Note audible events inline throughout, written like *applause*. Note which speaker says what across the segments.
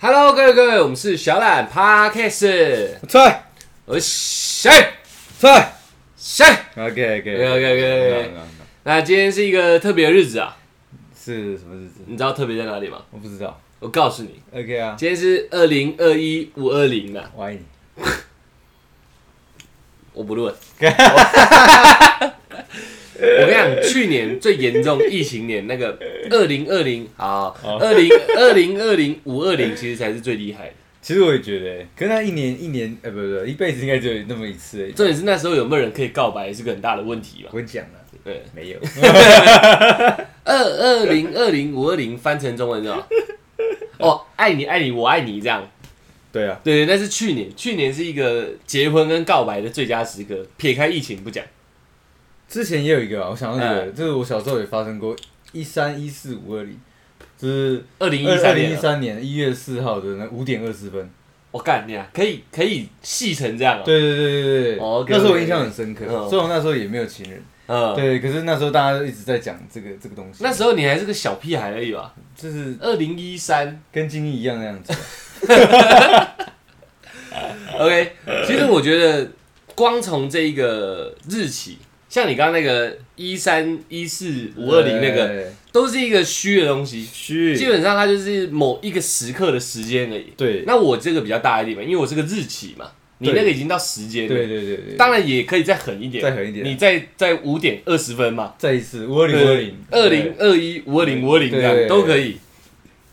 Speaker 1: Hello，各位各位，我们是小懒 Podcast，
Speaker 2: 菜
Speaker 1: 我是谁
Speaker 2: 菜
Speaker 1: 谁
Speaker 2: ，OK OK
Speaker 1: OK，OK，OK，OK 那今天是一个特别的日子啊，
Speaker 2: 是什么日子？
Speaker 1: 你知道特别在哪里吗？
Speaker 2: 我不知道。
Speaker 1: 我告诉你，
Speaker 2: OK 啊，
Speaker 1: 今天是二零二一五二零呐，
Speaker 2: 我爱你。
Speaker 1: 我不 *laughs* 论。我我跟你讲，去年最严重疫情年那个二零二零啊，二零二零二零五二零其实才是最厉害的。
Speaker 2: 其实我也觉得，可是他一年一年，呃，不不不，一辈子应该只有那么一次而已。
Speaker 1: 重点是那时候有没有人可以告白是个很大的问题嘛。
Speaker 2: 我讲了，
Speaker 1: 对，
Speaker 2: 没有。
Speaker 1: 二二零二零五二零翻成中文是
Speaker 2: *laughs*
Speaker 1: 吧？哦，爱你爱你我爱你这样。
Speaker 2: 对啊，
Speaker 1: 对，那是去年，去年是一个结婚跟告白的最佳时刻。撇开疫情不讲，
Speaker 2: 之前也有一个啊，我想到这个，
Speaker 1: 嗯
Speaker 2: 就是我小时候也发生过一三一四五二零，就是
Speaker 1: 二零一
Speaker 2: 二
Speaker 1: 三
Speaker 2: 零一
Speaker 1: 年了，啊
Speaker 2: 三年一月四号的那五点二十分。
Speaker 1: 我干你啊，可以可以细成这样哦。
Speaker 2: 对对对对对
Speaker 1: 哦，OK，OK，
Speaker 2: 那时候我印象很深刻，
Speaker 1: 嗯
Speaker 2: 虽然我那时候也没有情人，
Speaker 1: 嗯，
Speaker 2: 对，可是那时候大家都一直在讲这个这个东西，
Speaker 1: 那时候你还是个小屁孩而已吧？
Speaker 2: 就是
Speaker 1: 二零一三
Speaker 2: 跟金一一样那样子。
Speaker 1: ，OK。其实我觉得，光从这一个日期，像你刚刚那个一三一四五二零那个，
Speaker 2: 个
Speaker 1: 都是一个虚的东西，
Speaker 2: 虚
Speaker 1: 基本上它就是某一个时刻的时间而已。
Speaker 2: 对
Speaker 1: 那我这个比较大一点嘛，因为我是个日期嘛，你
Speaker 2: 对
Speaker 1: 那个已经到时间了。
Speaker 2: 对对对对，
Speaker 1: 当然也可以再狠一点，
Speaker 2: 再狠一点
Speaker 1: 你再再五点二十分嘛，
Speaker 2: 再一次五二零五二零
Speaker 1: 二零二一五二零五二零这样
Speaker 2: 对
Speaker 1: 都可以。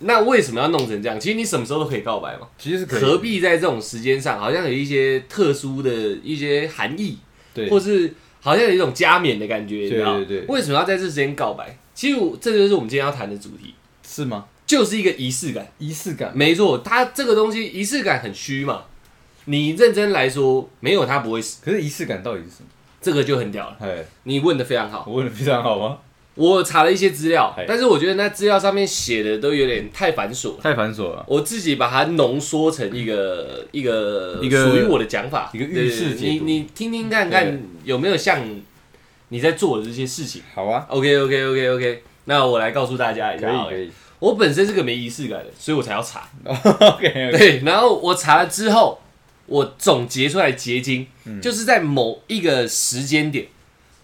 Speaker 1: 那为什么要弄成这样？其实你什么时候都可以告白嘛，
Speaker 2: 其实是可
Speaker 1: 何
Speaker 2: 以，
Speaker 1: 必在这种时间上，好像有一些特殊的一些含义，
Speaker 2: 对，
Speaker 1: 或是好像有一种加冕的感觉，你知道
Speaker 2: 对对对
Speaker 1: 为什么要在这时间告白？其实我这就是我们今天要谈的主题，
Speaker 2: 是吗？
Speaker 1: 就是一个仪式感。
Speaker 2: 仪式感，
Speaker 1: 没错，它这个东西仪式感很虚嘛，你认真来说，没有它不会死，
Speaker 2: 可是仪式感到底是什么？
Speaker 1: 这个就很屌了。
Speaker 2: 哎，
Speaker 1: 你问的非常好，
Speaker 2: 我问的非常好吗？
Speaker 1: 我查了一些资料
Speaker 2: 哎，
Speaker 1: 但是我觉得那资料上面写的都有点太繁琐了。
Speaker 2: 太繁琐了，
Speaker 1: 我自己把它浓缩成一个一个
Speaker 2: 一个
Speaker 1: 属于我的讲法，
Speaker 2: 一个浴
Speaker 1: 对
Speaker 2: 室
Speaker 1: 对对
Speaker 2: 解读
Speaker 1: 你你听听看看
Speaker 2: 对
Speaker 1: 有没有像你在做的这些事情。
Speaker 2: 好啊，
Speaker 1: OK OK OK OK，那我来告诉大家一
Speaker 2: 可
Speaker 1: 下
Speaker 2: 以
Speaker 1: 好了
Speaker 2: 可 *laughs* 以
Speaker 1: 我本身是个没仪式感的，所以我才要查。
Speaker 2: ，OK，
Speaker 1: 对，然后我查了之后，我总结出来结晶，
Speaker 2: 嗯
Speaker 1: 就是在某一个时间点、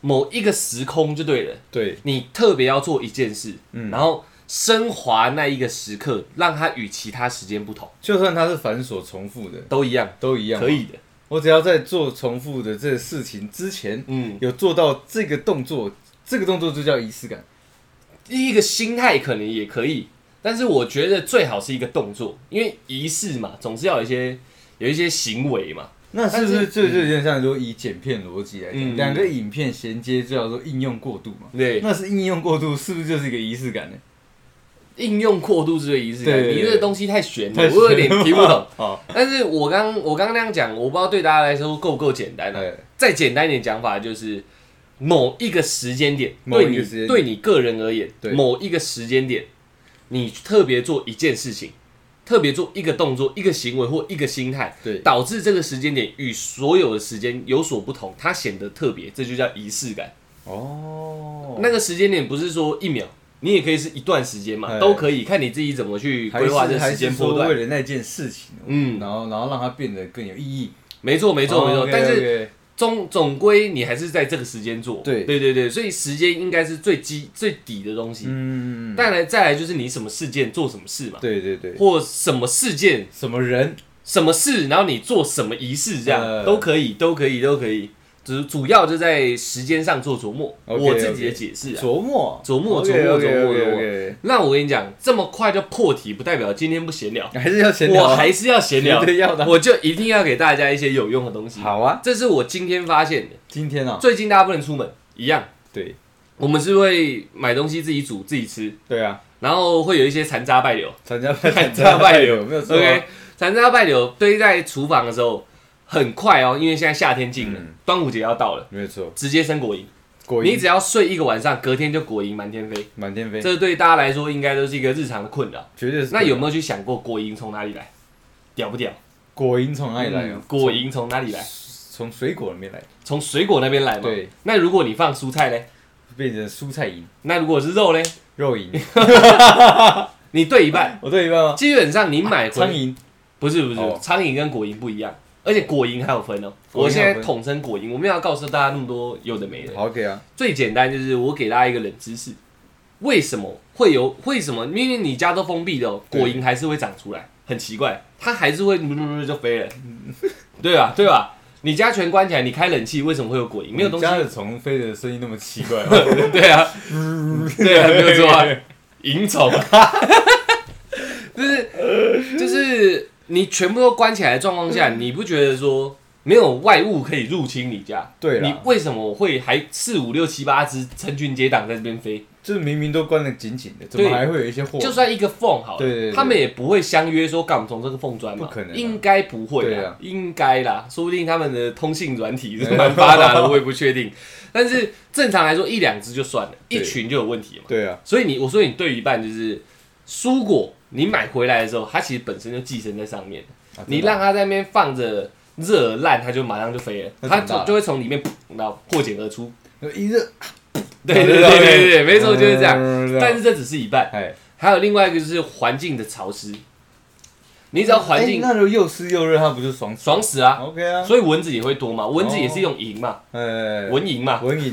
Speaker 1: 某一个时空就对了。
Speaker 2: 对，
Speaker 1: 你特别要做一件事，
Speaker 2: 嗯
Speaker 1: 然后升华那一个时刻，让它与其他时间不同，
Speaker 2: 就算它是繁琐重复的，
Speaker 1: 都一样，
Speaker 2: 都一样，哦
Speaker 1: 可。以的。
Speaker 2: 我只要在做重复的这个事情之前，
Speaker 1: 嗯，
Speaker 2: 有做到这个动作，这个动作就叫仪式感。
Speaker 1: 第一个心态可能也可以，但是我觉得最好是一个动作，因为仪式嘛，总是要有一些有一些行为嘛。
Speaker 2: 那是不
Speaker 1: 但是
Speaker 2: 是就就有点像说以剪片逻辑来
Speaker 1: 嗯
Speaker 2: 讲，两个影片衔接就叫做应用过度嘛？
Speaker 1: 对，
Speaker 2: 那是应用过度，是不是就是一个仪式感呢？
Speaker 1: 应用过度之类仪式感，
Speaker 2: 对对对
Speaker 1: 你这个东西太玄了， *laughs* 我有点听不懂。
Speaker 2: *laughs* 好，
Speaker 1: 但是我刚我刚刚那样讲，我不知道对大家来说够不够简单啊。
Speaker 2: 对，
Speaker 1: 再简单一点讲法，就是某一个时间点，
Speaker 2: 某
Speaker 1: 对
Speaker 2: 一个时
Speaker 1: 你
Speaker 2: 间点
Speaker 1: 对你个人而言，
Speaker 2: 对
Speaker 1: 某一个时间点，你特别做一件事情，特别做一个动作、一个行为或一个心态，
Speaker 2: 对
Speaker 1: 导致这个时间点与所有的时间有所不同，它显得特别，这就叫仪式感。
Speaker 2: 哦，
Speaker 1: 那个时间点不是说一秒，你也可以是一段时间嘛，
Speaker 2: 哎
Speaker 1: 都可以，看你自己怎么去
Speaker 2: 还是
Speaker 1: 规划这
Speaker 2: 还
Speaker 1: 时
Speaker 2: 是
Speaker 1: 间
Speaker 2: 说
Speaker 1: 波段
Speaker 2: 为。了那件事情，
Speaker 1: 嗯
Speaker 2: 然后然后让它变得更有意义，哦
Speaker 1: 没错，没错，没错。但是
Speaker 2: 是
Speaker 1: 总总归你还是在这个时间做，
Speaker 2: 对
Speaker 1: 对对对，所以时间应该是最基最底的东西。
Speaker 2: 嗯，
Speaker 1: 再来再来就是你什么事件做什么事嘛，
Speaker 2: 对对对，
Speaker 1: 或什么事件
Speaker 2: 什么人
Speaker 1: 什么事，然后你做什么仪式，这样、
Speaker 2: 呃
Speaker 1: 都可以，都可以，都可以。主主要就在时间上做琢磨
Speaker 2: OK，
Speaker 1: 我自己的解释啊。
Speaker 2: 琢磨
Speaker 1: 琢磨
Speaker 2: ，OK，
Speaker 1: 琢磨
Speaker 2: OK，
Speaker 1: 琢磨
Speaker 2: OK，OK，
Speaker 1: 琢磨
Speaker 2: OK
Speaker 1: 那我跟你讲，这么快就破题，不代表今天不闲聊，
Speaker 2: 还是要闲聊
Speaker 1: 我
Speaker 2: 啊，
Speaker 1: 还是要闲聊
Speaker 2: 绝，对要的，
Speaker 1: 我就一定要给大家一些有用的东西。，
Speaker 2: 好啊，
Speaker 1: 这是我今天发现的。
Speaker 2: 今天啊，
Speaker 1: 最近大家不能出门，一样。
Speaker 2: 对
Speaker 1: 我们是会买东西自己煮自己吃，
Speaker 2: 对啊，
Speaker 1: 然后会有一些残渣败
Speaker 2: *laughs*
Speaker 1: 柳。
Speaker 2: 参加
Speaker 1: 参 *laughs* 加拜
Speaker 2: 柳 *laughs* 没有错啊
Speaker 1: OK，残渣败柳堆在厨房的时候，很快哦，因为现在夏天近了，
Speaker 2: 嗯
Speaker 1: 端午节要到了，
Speaker 2: 没有错，
Speaker 1: 直接生果蝇。
Speaker 2: 果
Speaker 1: 你
Speaker 2: 蝇
Speaker 1: 只要睡一个晚上，隔天就果蝇满天飞。
Speaker 2: 满天飞，
Speaker 1: 这对大家来说应该都是一个日常的困扰。
Speaker 2: 绝对是
Speaker 1: 那有没有去想过果蝇从哪里来？屌不屌？
Speaker 2: 果蝇从哪里来
Speaker 1: 嗯
Speaker 2: 啊？
Speaker 1: 果蝇从哪里来？
Speaker 2: 从水果里面来，
Speaker 1: 从水果那边来嘛。
Speaker 2: 对。
Speaker 1: 那如果你放蔬菜嘞？
Speaker 2: 变成蔬菜蝇、
Speaker 1: *laughs* 那如果是肉嘞？
Speaker 2: 肉蝇，
Speaker 1: 你对一半，
Speaker 2: 我对一半吗？
Speaker 1: 基本上你买回
Speaker 2: 嗯啊苍蝇
Speaker 1: 不是不是
Speaker 2: 哦，
Speaker 1: 苍蝇跟果蝇不一样，而且果蝇还有分哦。
Speaker 2: 果蝇
Speaker 1: 我现在
Speaker 2: 还有分
Speaker 1: 统称果蝇，我没有要告诉大家那么多有的没的。
Speaker 2: 好给啊，
Speaker 1: 最简单就是我给大家一个冷知识：为什么会有？为什么？因为你家都封闭的、哦，
Speaker 2: 对
Speaker 1: 果蝇还是会长出来，很奇怪，它还是会就飞了，
Speaker 2: 嗯
Speaker 1: 对吧？对吧？你家全关起来，你开冷气，为什么会有果蝇？没有东
Speaker 2: 你
Speaker 1: 西，
Speaker 2: 家的虫飞的声音那么奇
Speaker 1: *laughs*
Speaker 2: 怪吗，
Speaker 1: 对啊，对
Speaker 2: *laughs*
Speaker 1: 啊，没有错啊，蝇虫，就是就是你全部都关起来的状况下，
Speaker 2: 嗯
Speaker 1: 你不觉得说没有外物可以入侵你家？
Speaker 2: 对啦
Speaker 1: 你为什么会还四五六七八只成群结党在这边飞？
Speaker 2: 就是明明都关得紧紧的，怎么
Speaker 1: 对
Speaker 2: 还会有一些货？
Speaker 1: 就算一个缝好了，
Speaker 2: 对对对
Speaker 1: 他们也不会相约说干我们从这个缝钻嘛，
Speaker 2: 不可能啊
Speaker 1: 应该不会
Speaker 2: 对
Speaker 1: 啦
Speaker 2: 啊，
Speaker 1: 应该啦，说不定他们的通信软体
Speaker 2: *laughs*
Speaker 1: 是蛮发达的，我也不确定。但是正常来说，一两只就算了，
Speaker 2: 对
Speaker 1: 一群就有问题嘛。
Speaker 2: 对啊，
Speaker 1: 所以你我说你对一半就是蔬果，你买回来的时候，它其实本身就寄生在上面，
Speaker 2: 啊
Speaker 1: 你让它在那边放着。热烂，它就马上就飞了，
Speaker 2: 那
Speaker 1: 它
Speaker 2: 长大
Speaker 1: 就
Speaker 2: 了
Speaker 1: 就会从里面噗，然后破茧而出。
Speaker 2: 真的一热，
Speaker 1: 对对对对对对，没错就是这样。
Speaker 2: 样
Speaker 1: 但是这只是一半，
Speaker 2: 哎，
Speaker 1: 还有另外一个就是环境的潮湿，你只要环境
Speaker 2: 哎那时候又湿又热，它不就爽
Speaker 1: 爽死啊，
Speaker 2: ？OK 啊，
Speaker 1: 所以蚊子也会多嘛，蚊子也是一种蝇嘛，
Speaker 2: 哎，
Speaker 1: 蚊蝇嘛，
Speaker 2: 蚊蚁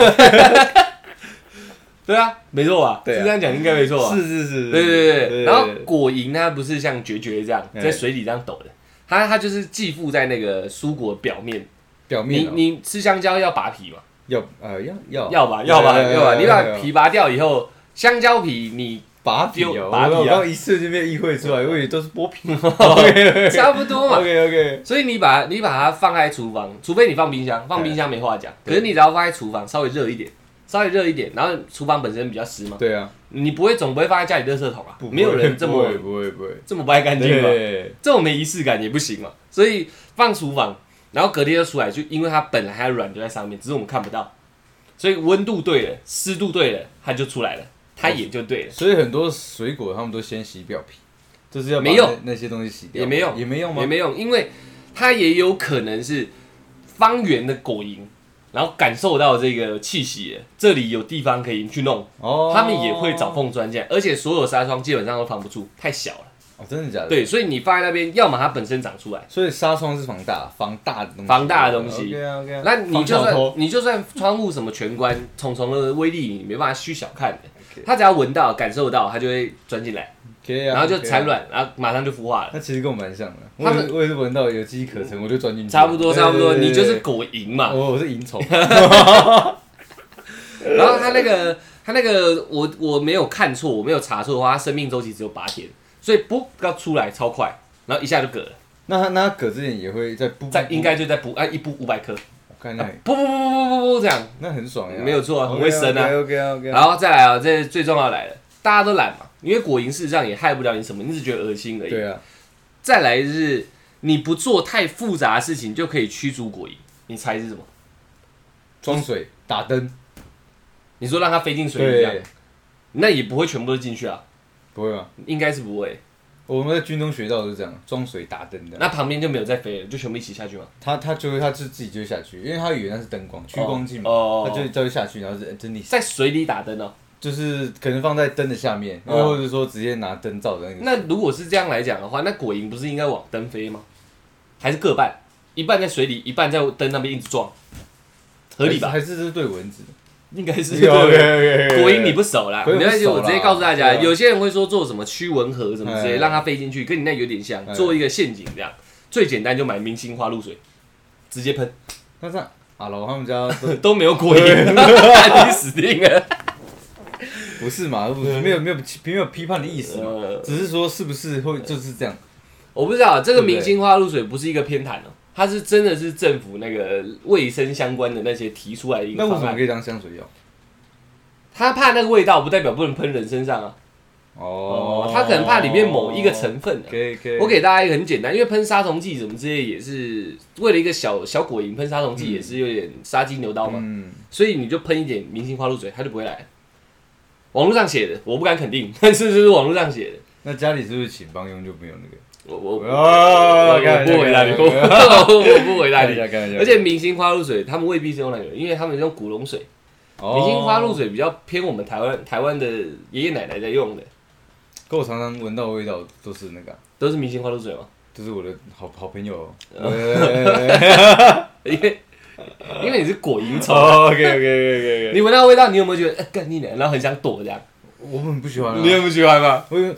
Speaker 1: 对啊，没错吧？
Speaker 2: 对啊
Speaker 1: *laughs* 是这样讲应该没错吧？
Speaker 2: 是是是，
Speaker 1: 对对对对。
Speaker 2: 对
Speaker 1: 然后果蝇它不是像蕨蕨这样
Speaker 2: 哎
Speaker 1: 在水里这样抖的，它它就是寄附在那个蔬果表面。
Speaker 2: 表面
Speaker 1: 你
Speaker 2: 哦
Speaker 1: 你吃香蕉要拔皮嘛？
Speaker 2: 要呃要要
Speaker 1: 要吧要吧
Speaker 2: 哎哎哎
Speaker 1: 要吧，
Speaker 2: 哎
Speaker 1: 你把
Speaker 2: 哎哎
Speaker 1: 皮拔掉以后，香蕉皮
Speaker 2: *laughs*
Speaker 1: 你
Speaker 2: 拔皮
Speaker 1: 丢
Speaker 2: 哦，
Speaker 1: 拔皮啊
Speaker 2: 我刚刚一瞬间被意会出来，我以为都是剥皮。
Speaker 1: 差不多嘛，
Speaker 2: OK OK，
Speaker 1: 所以你把你把它放在厨房，除非你放冰箱，放冰箱没话讲。可
Speaker 2: 对
Speaker 1: 是你只要放在厨房，稍微热一点，稍微热一点，然后厨房本身比较湿嘛，
Speaker 2: 对啊，
Speaker 1: 你不会总不会放在家里垃圾桶啊
Speaker 2: 不，
Speaker 1: 没有人这
Speaker 2: 不
Speaker 1: 么
Speaker 2: 会不会不会，
Speaker 1: 这么不爱干净嘛，
Speaker 2: 对
Speaker 1: 这种没仪式感也不行嘛。所以放厨房，然后隔天就出来，就因为它本来还有软就在上面，只是我们看不到，所以温度对了，湿度对了，它就出来了，它也就对了。
Speaker 2: 所以很多水果他们都先洗表皮，就是要把
Speaker 1: 没用
Speaker 2: 那那些东西洗掉，
Speaker 1: 也没用
Speaker 2: 哦也没用吗？
Speaker 1: 也没用，因为它也有可能是方圆的果蝇，然后感受到这个气息了，这里有地方可以去弄，
Speaker 2: 哦，
Speaker 1: 他们也会找缝钻进来，而且所有纱窗基本上都防不住，太小了。
Speaker 2: 哦，真的假的？，
Speaker 1: 对，所以你放在那边，要么它本身长出来，
Speaker 2: 所以纱窗是防大防大的东西，
Speaker 1: 防大的东西
Speaker 2: OK 啊 OK 啊，
Speaker 1: 那你
Speaker 2: 防
Speaker 1: 就
Speaker 2: 小
Speaker 1: 算
Speaker 2: 偷
Speaker 1: 你就算窗户什么全关，虫虫的威力你没办法虚小看的，它只要闻到感受到，它就会钻进来，
Speaker 2: OK 啊，
Speaker 1: 然后就
Speaker 2: OK 啊
Speaker 1: 产。卵，然后马上就孵化了。
Speaker 2: 那其实跟我蛮像的，我
Speaker 1: 他
Speaker 2: 也
Speaker 1: 们
Speaker 2: 是我也是闻到有机可乘，我就钻进去了，
Speaker 1: 差不多，差不多，
Speaker 2: 对对对
Speaker 1: 你
Speaker 2: 对
Speaker 1: 就是啊
Speaker 2: 对
Speaker 1: 果蝇嘛，
Speaker 2: 我我是蝇虫，
Speaker 1: 然后他那个他那个我我没有看错，我没有查错的话，他生命周期只有八天，所以不要出来超快，然后一下就嗝了，
Speaker 2: 那他那他嗝之前也会在不
Speaker 1: 再应该就在补啊一补五百颗，啊
Speaker 2: 我看那
Speaker 1: 不不不不不不这样，
Speaker 2: 那很爽呀，
Speaker 1: 没有错啊很会生啊
Speaker 2: OK OK
Speaker 1: 然
Speaker 2: OK，
Speaker 1: 后再来啊，这最重要的来了，大家都懒嘛，因为果蝇事实上也害不了你什么，你只觉得恶心而已。
Speaker 2: 对啊，
Speaker 1: 再来就是你不做太复杂的事情就可以驱逐果蝇，你猜是什么？
Speaker 2: 装水打灯，
Speaker 1: 你说让它飞进水里这样
Speaker 2: 对，，
Speaker 1: 那也不会全部都进去啊，
Speaker 2: 不会吗？
Speaker 1: 应该是不会。
Speaker 2: 我们在军中学到的是这样，装水打灯的。
Speaker 1: 那旁边就没有再飞了，就全部一起下去嘛。
Speaker 2: 他他就会他就自己就会下去，因为他以为那是灯光趋光器嘛，
Speaker 1: 哦哦哦
Speaker 2: 他就他就下去，然后是真的
Speaker 1: 在水里打灯哦、
Speaker 2: 就是可能放在灯的下面，
Speaker 1: 哦
Speaker 2: 或者说直接拿灯照着那个。
Speaker 1: 那如果是这样来讲的话，那果蝇不是应该往灯飞吗？还是各半，一半在水里，一半在灯那边一直撞，合理吧？
Speaker 2: 还是还是对蚊子。
Speaker 1: 应该是
Speaker 2: 对
Speaker 1: 果蝇你不熟啦，
Speaker 2: 果蝇
Speaker 1: 没
Speaker 2: 不熟
Speaker 1: 关
Speaker 2: 啦
Speaker 1: 系，我直接告诉大家，
Speaker 2: 对啊
Speaker 1: 有些人会说做什么驱蚊盒什么之类，
Speaker 2: 哎
Speaker 1: 让它飞进去，跟你那有点像，
Speaker 2: 哎
Speaker 1: 做一个陷阱这样。最简单就买明星花露水，直接喷， *laughs*
Speaker 2: 那这样阿老他们家都
Speaker 1: 都没有果蝇， *laughs* 那你死定了。
Speaker 2: 不是嘛？不是没有没有没有批判的意思嘛，
Speaker 1: 呃
Speaker 2: 只是说是不是会就是这样？
Speaker 1: 我不知道这个
Speaker 2: 对不对
Speaker 1: 明星花露水不是一个偏袒哦，它是真的是政府那个卫生相关的那些提出来的一个
Speaker 2: 那为
Speaker 1: 方
Speaker 2: 什么
Speaker 1: 案
Speaker 2: 可。以当香水用？
Speaker 1: 他怕那个味道，不代表不能喷人身上啊。
Speaker 2: 哦
Speaker 1: 哦，，他可能怕里面某一个成分、啊。
Speaker 2: OK OK，
Speaker 1: 我给大家一个很简单，因为喷杀虫剂什么之类也是为了一个小小果蝇，喷杀虫剂也是有点杀鸡牛刀嘛，
Speaker 2: 嗯，
Speaker 1: 所以你就喷一点明星花露水，它就不会来。网络上写的，我不敢肯定，但是就是网络上写的。
Speaker 2: 那家里是不是请帮佣就没有那个？
Speaker 1: 我我我
Speaker 2: 哦
Speaker 1: 我不回答你，我
Speaker 2: 开
Speaker 1: 我不回答
Speaker 2: 玩
Speaker 1: 你。
Speaker 2: 笑，开玩笑
Speaker 1: 而且明星花露水他们未必是用那个，因为他们用古龙水。明星花露
Speaker 2: 水
Speaker 1: 水比较偏我们台湾台湾的爷爷奶奶在用的，
Speaker 2: 可我常常闻到的味道都是那个啊、
Speaker 1: 都是明星花露水嘛，
Speaker 2: 都是我的好好朋友 *laughs* 哦。
Speaker 1: 因为因为你是果蝇虫，
Speaker 2: OK OK OK OK，
Speaker 1: 你闻到味道，你有没有觉得，哎干你娘，然后很想躲这样？
Speaker 2: 我很不喜欢啊。
Speaker 1: 你很不喜欢
Speaker 2: *laughs*
Speaker 1: 吗？
Speaker 2: 我以为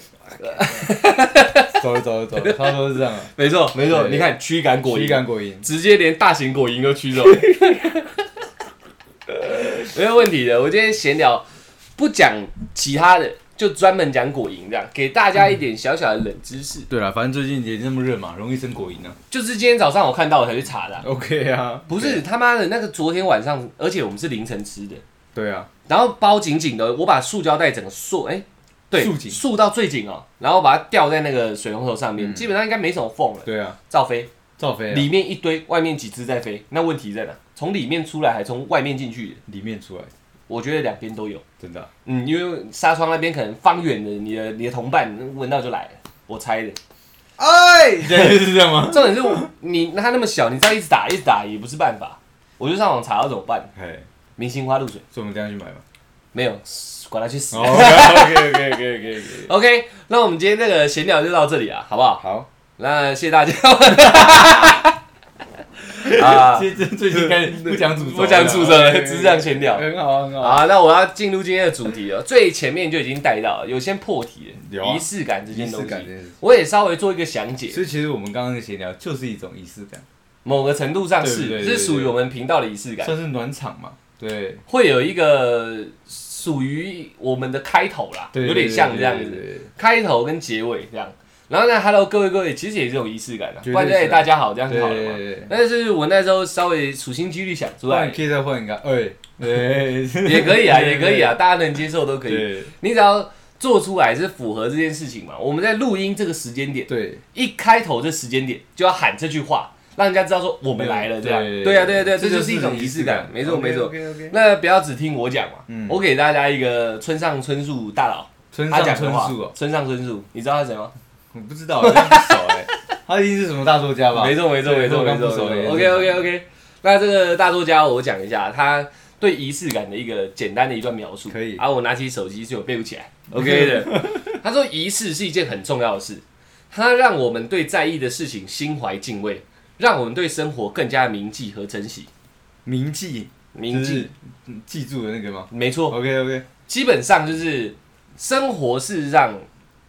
Speaker 2: 走了走了走了，差不多是这样啊。
Speaker 1: 没错，没错，
Speaker 2: 对
Speaker 1: 你看驱赶果
Speaker 2: 体
Speaker 1: 蝇，
Speaker 2: 感果蝇，
Speaker 1: 直接连大型果蝇都驱 *laughs* 走，没有问题的。我今天闲聊，不讲其他的，就专门讲果蝇，这样给大家一点小小的冷知识。
Speaker 2: 对了，反正最近也那么热嘛，容易生果蝇啊。
Speaker 1: 就是今天早上我看到我才去查的啊、
Speaker 2: OK 啊，
Speaker 1: 不是他妈的那个昨天晚上，而且我们是凌晨吃的，
Speaker 2: 对啊，
Speaker 1: 然后包紧紧的，我把塑胶袋整个束，哎、对，
Speaker 2: 束紧
Speaker 1: 束到最紧哦，然后把它吊在那个水龙头上面，基本上应该没什么缝了。
Speaker 2: 对啊，
Speaker 1: 照飞，
Speaker 2: 赵飞啊
Speaker 1: 里面一堆，外面几只在飞，那问题在哪？从里面出来还从外面进去，
Speaker 2: 里面出来，
Speaker 1: 我觉得两边都有。
Speaker 2: 真的啊
Speaker 1: 嗯，因为纱窗那边可能方远的，你的你的同伴闻到就来了，我猜的。
Speaker 2: 哎，对，是这样 *laughs* 吗？
Speaker 1: 重点是我你它那么小，你这样一直打一直打也不是办法，我就上网查要怎么办。
Speaker 2: 哎，
Speaker 1: 明星花露水
Speaker 2: 所以我们等一下去买吧。
Speaker 1: 没有，管他去
Speaker 2: 哦
Speaker 1: 死。
Speaker 2: OK OK OK OK，
Speaker 1: OK，那我们今天这个闲聊就到这里啊，好不好？
Speaker 2: 好。
Speaker 1: 那谢谢大家。 *laughs* 啊，
Speaker 2: 其实最近开始不讲诅咒，
Speaker 1: 不讲诅咒了只是这样闲聊
Speaker 2: 很好很好。
Speaker 1: 好，那我要进入今天的主题了。哦最前面就已经带到了，有些破题
Speaker 2: 有
Speaker 1: 了，
Speaker 2: 啊
Speaker 1: 仪式感这件
Speaker 2: 仪式
Speaker 1: 东
Speaker 2: 感
Speaker 1: 西，
Speaker 2: 真是，
Speaker 1: 我也稍微做一个详解。
Speaker 2: 所以其实我们刚刚的闲聊就是一种仪式感，
Speaker 1: 某个程度上
Speaker 2: 对对
Speaker 1: 是
Speaker 2: 对对
Speaker 1: 是属于我们频道的仪式感，
Speaker 2: 算是暖场嘛。对，
Speaker 1: 会有一个属于我们的开头啦，
Speaker 2: 对
Speaker 1: 有点像这样
Speaker 2: 对对
Speaker 1: 子，
Speaker 2: 对对
Speaker 1: 开头跟结尾这样。然后呢，Hello 各位各位，其实也是有仪式感的，
Speaker 2: 绝对
Speaker 1: 不然就
Speaker 2: 是
Speaker 1: 哎大家好这样就好了
Speaker 2: 对
Speaker 1: 嘛。
Speaker 2: 对对。
Speaker 1: 但是我那时候稍微处心积虑想出
Speaker 2: 换
Speaker 1: 来，
Speaker 2: 可以再换一个，哎，
Speaker 1: *laughs*
Speaker 2: 哎，
Speaker 1: 也可以
Speaker 2: *laughs*
Speaker 1: 啊，也可以啊，大家能接受都可以。
Speaker 2: 对
Speaker 1: 你只要做出来是符合这件事情嘛。我们在录音这个时间点，
Speaker 2: 对，
Speaker 1: 一开头这时间点就要喊这句话，让人家知道说我们来了，这
Speaker 2: 对
Speaker 1: 样。
Speaker 2: 对
Speaker 1: 对啊，对啊，对啊，这
Speaker 2: 这就
Speaker 1: 就是是一种
Speaker 2: 仪
Speaker 1: 仪
Speaker 2: 式
Speaker 1: 式
Speaker 2: 感
Speaker 1: 感，没错没错。
Speaker 2: OK，OK，OK
Speaker 1: 那不要只听我讲嘛，
Speaker 2: 嗯
Speaker 1: 我给大家一个村上春树大佬
Speaker 2: 村
Speaker 1: 他
Speaker 2: 上
Speaker 1: 讲
Speaker 2: 春
Speaker 1: 的话
Speaker 2: 树哦，，
Speaker 1: 村上春树，你知道他是谁吗？
Speaker 2: 我不知道，我真不熟哎， *laughs* 他一定是什么大作家吧？
Speaker 1: 没错没错
Speaker 2: 对
Speaker 1: 没错
Speaker 2: 我
Speaker 1: 没
Speaker 2: 刚
Speaker 1: 错
Speaker 2: 不熟
Speaker 1: 没
Speaker 2: 哎
Speaker 1: 错，OK OK OK。那这个大作家我讲一下他。对仪式感的一个简单的一段描述，
Speaker 2: 可以
Speaker 1: 啊，我拿起手机是有背不起 *laughs* 来，OK 的。他说仪式是一件很重要的事，它让我们对在意的事情心怀敬畏，让我们对生活更加铭记和珍惜。
Speaker 2: 铭记，
Speaker 1: 铭
Speaker 2: 就
Speaker 1: 记哦
Speaker 2: 是，嗯记住的那个吗
Speaker 1: 没错，
Speaker 2: ？OK OK，
Speaker 1: 基本上就是生活是让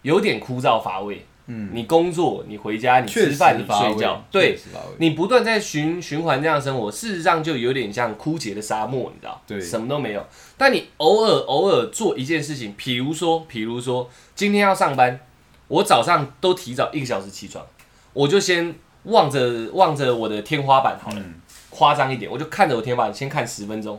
Speaker 1: 有点枯燥乏味。
Speaker 2: 嗯，
Speaker 1: 你工作，你回家，你
Speaker 2: 确
Speaker 1: 吃
Speaker 2: 实
Speaker 1: 饭，你
Speaker 2: 乏
Speaker 1: 睡
Speaker 2: 味
Speaker 1: 觉，
Speaker 2: 确
Speaker 1: 对
Speaker 2: 实乏味
Speaker 1: 你不断在循循环这样的生活，事实上就有点像枯竭的沙漠，你知道，
Speaker 2: 对
Speaker 1: 什么都没有。但你偶尔偶尔做一件事情，比如说，比如说今天要上班，我早上都提早一个小时起床，我就先望着望着我的天花板好了，
Speaker 2: 嗯
Speaker 1: 夸张一点，我就看着我天花板先看十分钟，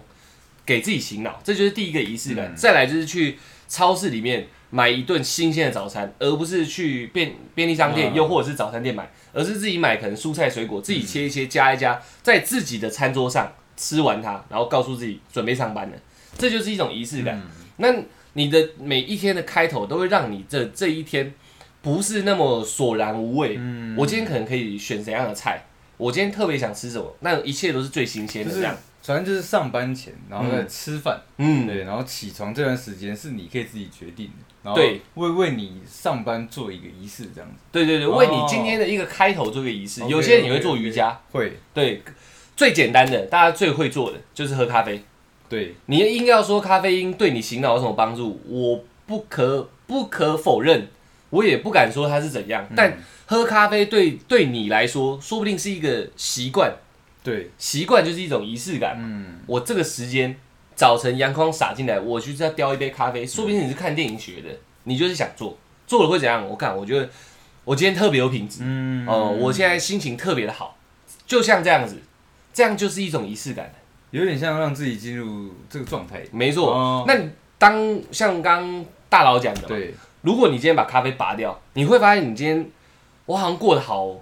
Speaker 1: 给自己醒脑，这就是第一个仪式感。再来就是去超市里面买一顿新鲜的早餐，而不是去便便利商店，
Speaker 2: 嗯
Speaker 1: 又或者是早餐店买，而是自己买可能蔬菜水果，自己切一切加一加，在自己的餐桌上吃完它，然后告诉自己准备上班了，这就是一种仪式
Speaker 2: 嗯
Speaker 1: 感。那你的每一天的开头都会让你这这一天不是那么索然无味。我今天可能可以选怎样的菜，我今天特别想吃什么，那一切都是最新鲜
Speaker 2: 就
Speaker 1: 的
Speaker 2: 是
Speaker 1: 这样。
Speaker 2: 反正就是上班前，然后再吃饭，
Speaker 1: 嗯，
Speaker 2: 对，然后起床这段时间是你可以自己决定的，然后
Speaker 1: 对
Speaker 2: 为为你上班做一个仪式这样子，
Speaker 1: 对对对，
Speaker 2: 哦
Speaker 1: 为你今天的一个开头做一个仪式。
Speaker 2: OK，
Speaker 1: 有些人也会做瑜伽，
Speaker 2: 会，
Speaker 1: 对，最简单的，大家最会做的就是喝咖啡。
Speaker 2: 对，
Speaker 1: 你硬要说咖啡因对你醒脑有什么帮助，我不可不可否认，我也不敢说它是怎样，但喝咖啡对对你来说，说不定是一个习惯，
Speaker 2: 对，
Speaker 1: 习惯就是一种仪式感。
Speaker 2: 嗯，
Speaker 1: 我这个时间早晨阳光洒进来，我就是要叼一杯咖啡，说不定你是看电影学的，你就是想做，做了会怎样？我看，我觉得我今天特别有品质，
Speaker 2: 嗯
Speaker 1: 哦、我现在心情特别的好，就像这样子，这样就是一种仪式感。
Speaker 2: 有点像让自己进入这个状态，
Speaker 1: 没错，
Speaker 2: 哦
Speaker 1: 那你当像刚大佬讲的嘛，
Speaker 2: 对，
Speaker 1: 如果你今天把咖啡拔掉，你会发现你今天我好像过得好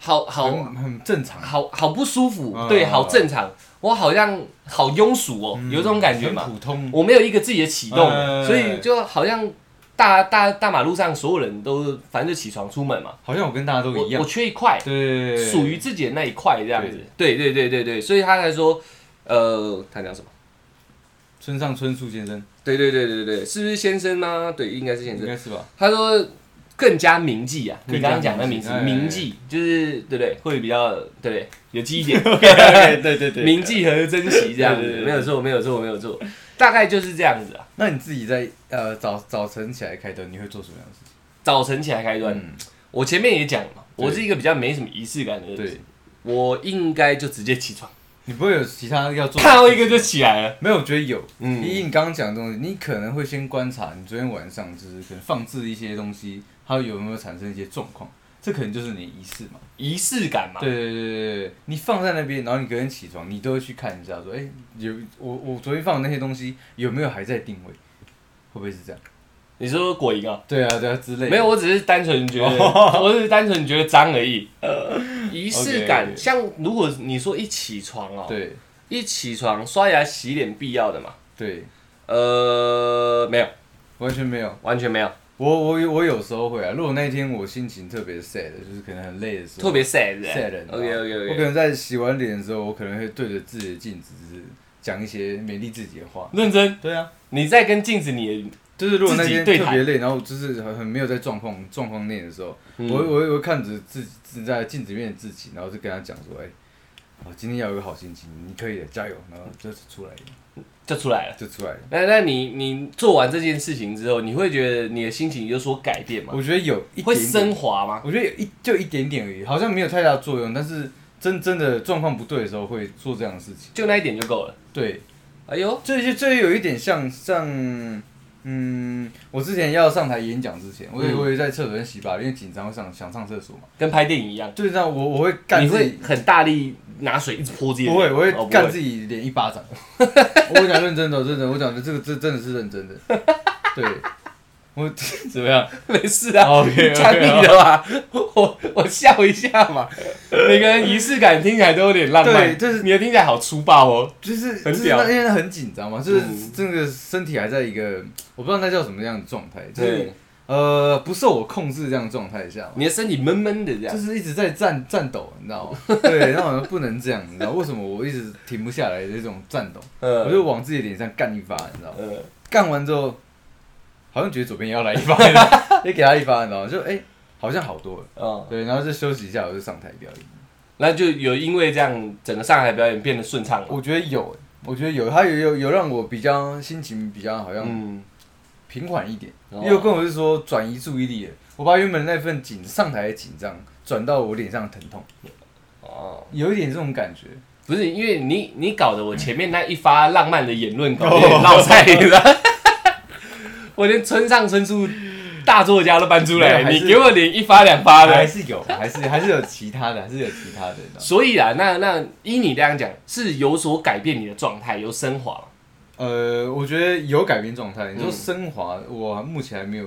Speaker 1: 好好
Speaker 2: 很很正常，
Speaker 1: 好好不舒服，
Speaker 2: 嗯
Speaker 1: 对，好正常，我好像好庸俗哦，有这种感觉
Speaker 2: 很
Speaker 1: 嘛？
Speaker 2: 普通，
Speaker 1: 我没有一个自己的启动，
Speaker 2: 哎
Speaker 1: 所以就好像大大大马路上所有人都反正就起床出门嘛，
Speaker 2: 好像我跟大家都一
Speaker 1: 我
Speaker 2: 样
Speaker 1: 我，缺一块，
Speaker 2: 对，
Speaker 1: 属于自己的那一块这样子。对对对对对，所以他才说，呃，他讲什么？
Speaker 2: 村上春树先生
Speaker 1: 对对对对对，是不是先生吗？对，应该是先
Speaker 2: 应
Speaker 1: 生。
Speaker 2: 该是吧？
Speaker 1: 他说更加铭记啊，你
Speaker 2: 嗯更
Speaker 1: 刚
Speaker 2: 加
Speaker 1: 刚讲的名字
Speaker 2: 铭记哎
Speaker 1: 铭记，就是对不对？会比较对不 *laughs* 对？有记忆点，
Speaker 2: *laughs*
Speaker 1: *laughs*
Speaker 2: 对对
Speaker 1: 铭记和珍惜这样子
Speaker 2: 对对对，对
Speaker 1: 没有错，没有错，没有错，大概就是这样子啊。
Speaker 2: 那你自己在呃早早晨起来开灯，你会做什么样的事？
Speaker 1: 早晨起来开端，
Speaker 2: 嗯，
Speaker 1: 我前面也讲了嘛，
Speaker 2: 对
Speaker 1: 我是一个比较没什么仪式感的人
Speaker 2: 对，，
Speaker 1: 我应该就直接起床，
Speaker 2: 你不会有其他要做？
Speaker 1: 看到一个就起来了。
Speaker 2: 没有，我觉得有。
Speaker 1: 嗯
Speaker 2: 依你刚刚讲的东西，你可能会先观察你昨天晚上就是可能放置一些东西，它有没有产生一些状况，这可能就是你的仪式嘛。
Speaker 1: 仪式感嘛，
Speaker 2: 对对对对对，你放在那边，然后你隔天起床，你都会去看一下，说，哎、有我我昨天放的那些东西有没有还在定位，会不会是这样？
Speaker 1: 你说果蝇啊？
Speaker 2: 对啊对啊之类的。
Speaker 1: 没有，，我只是单纯觉
Speaker 2: *laughs*
Speaker 1: 得，我只是单纯觉得脏而已。仪式感，
Speaker 2: OK，OK
Speaker 1: 像如果你说一起床哦，
Speaker 2: 对
Speaker 1: 一起床刷牙洗脸必要的嘛？
Speaker 2: 对，
Speaker 1: 呃，没有，
Speaker 2: 完全没有。
Speaker 1: 完全没有，
Speaker 2: 我我有我有时候会啊，如果那一天我心情特别 sad，就是可能很累的时候，
Speaker 1: 特别 sad 欸
Speaker 2: sad 的话。
Speaker 1: OK OK
Speaker 2: 我可
Speaker 1: OK，
Speaker 2: 能在洗完脸的时候，我可能会对着自己的镜子，就是讲一些勉励自己的话。
Speaker 1: 认真，
Speaker 2: 对啊，
Speaker 1: 你在跟镜子你
Speaker 2: 就是如果那
Speaker 1: 自己
Speaker 2: 天
Speaker 1: 对
Speaker 2: 特
Speaker 1: 谈
Speaker 2: 别累，然后就是很很没有在状况状况内的时候，
Speaker 1: 嗯
Speaker 2: 我会我会我会看着自己自在镜子里面的自己，然后就跟他讲说，哎、我今天要有个好心情，你可以的，加油，然后就出来了，
Speaker 1: 就出来了。
Speaker 2: 就出来
Speaker 1: *laughs*
Speaker 2: 了。
Speaker 1: 那那你你做完这件事情之后，你会觉得你的心情有所改变吗？
Speaker 2: 我觉得有一
Speaker 1: 会
Speaker 2: 点点
Speaker 1: 升华吗？
Speaker 2: 我觉得有一就一点点而已，好像没有太大的作用，但是真真的状况不对的时候会做这样的事情。
Speaker 1: 就那一点就够了。
Speaker 2: 对，
Speaker 1: 哎呦，
Speaker 2: 这就这有一点像像，嗯，我之前要上台演讲之前，我也
Speaker 1: 嗯
Speaker 2: 我也在厕所里面洗把，因为紧张会上想上厕所嘛。
Speaker 1: 跟拍电影一样，
Speaker 2: 就是这样，我我会干
Speaker 1: 你
Speaker 2: 自
Speaker 1: 会
Speaker 2: 己，
Speaker 1: 很大力拿水一直泼自己的
Speaker 2: 不
Speaker 1: 脸。
Speaker 2: 会，我
Speaker 1: 哦
Speaker 2: 会
Speaker 1: 不
Speaker 2: 干自己脸一巴掌。 *laughs* 我讲认真的，认真的，我讲的这个这真的是认真 *laughs* 的。对，我 *laughs* 怎么样？
Speaker 1: *laughs* 没事啊
Speaker 2: OK，OK，
Speaker 1: 讲你的嘛，我我笑一下嘛。每个人仪式感听起来都有点浪漫，
Speaker 2: 对就是
Speaker 1: 你的听起来好粗暴哦。
Speaker 2: 就是
Speaker 1: 很
Speaker 2: 就是
Speaker 1: 屌
Speaker 2: 那因为很紧张嘛，就是
Speaker 1: 嗯
Speaker 2: 这个身体还在一个我不知道那叫什么样的状态，就是
Speaker 1: 对
Speaker 2: 呃不受我控制这样的状态下嘛，
Speaker 1: 你的身体闷闷的这
Speaker 2: 就
Speaker 1: 样，
Speaker 2: 是一直在战战斗，你知
Speaker 1: *laughs*
Speaker 2: 道吗？对，那我不能这样，你知道为什么我一直停不下来的这种战斗，
Speaker 1: 呃
Speaker 2: 我就往自己脸上干一发，你知道吗？
Speaker 1: 呃，
Speaker 2: 干完之后，好像觉得左边也要来一发，
Speaker 1: *laughs*
Speaker 2: 也给他一发，你知道吗？就哎、好像好多了，
Speaker 1: 哦，
Speaker 2: 对，然后就休息一下，我就上台表演。
Speaker 1: 那就有因为这样，整个上海表演变得顺畅了。
Speaker 2: 我觉得有、我觉得有，他有有有让我比较心情比较好像
Speaker 1: 嗯，
Speaker 2: 平缓一点，
Speaker 1: 哦
Speaker 2: 又跟我是说转移注意力了。我把原本那份紧上台的紧张转到我脸上的疼痛，
Speaker 1: 哦，
Speaker 2: 有一点这种感觉。
Speaker 1: 不是因为你你搞得我前面那一发浪漫的言论搞得有点落菜了，我连村上春树大作家都搬出
Speaker 2: 没有
Speaker 1: 来，
Speaker 2: 还
Speaker 1: 你
Speaker 2: 是
Speaker 1: 给我连一发两发的
Speaker 2: 还，是有， *laughs* 还是还是有其他的，还是有其他的。你知道吗
Speaker 1: 所以啊，那那依你这样讲，是有所改变你的状态，有升华嘛。
Speaker 2: 呃，我觉得有改变状态。你说
Speaker 1: 嗯
Speaker 2: 升华，我目前还没有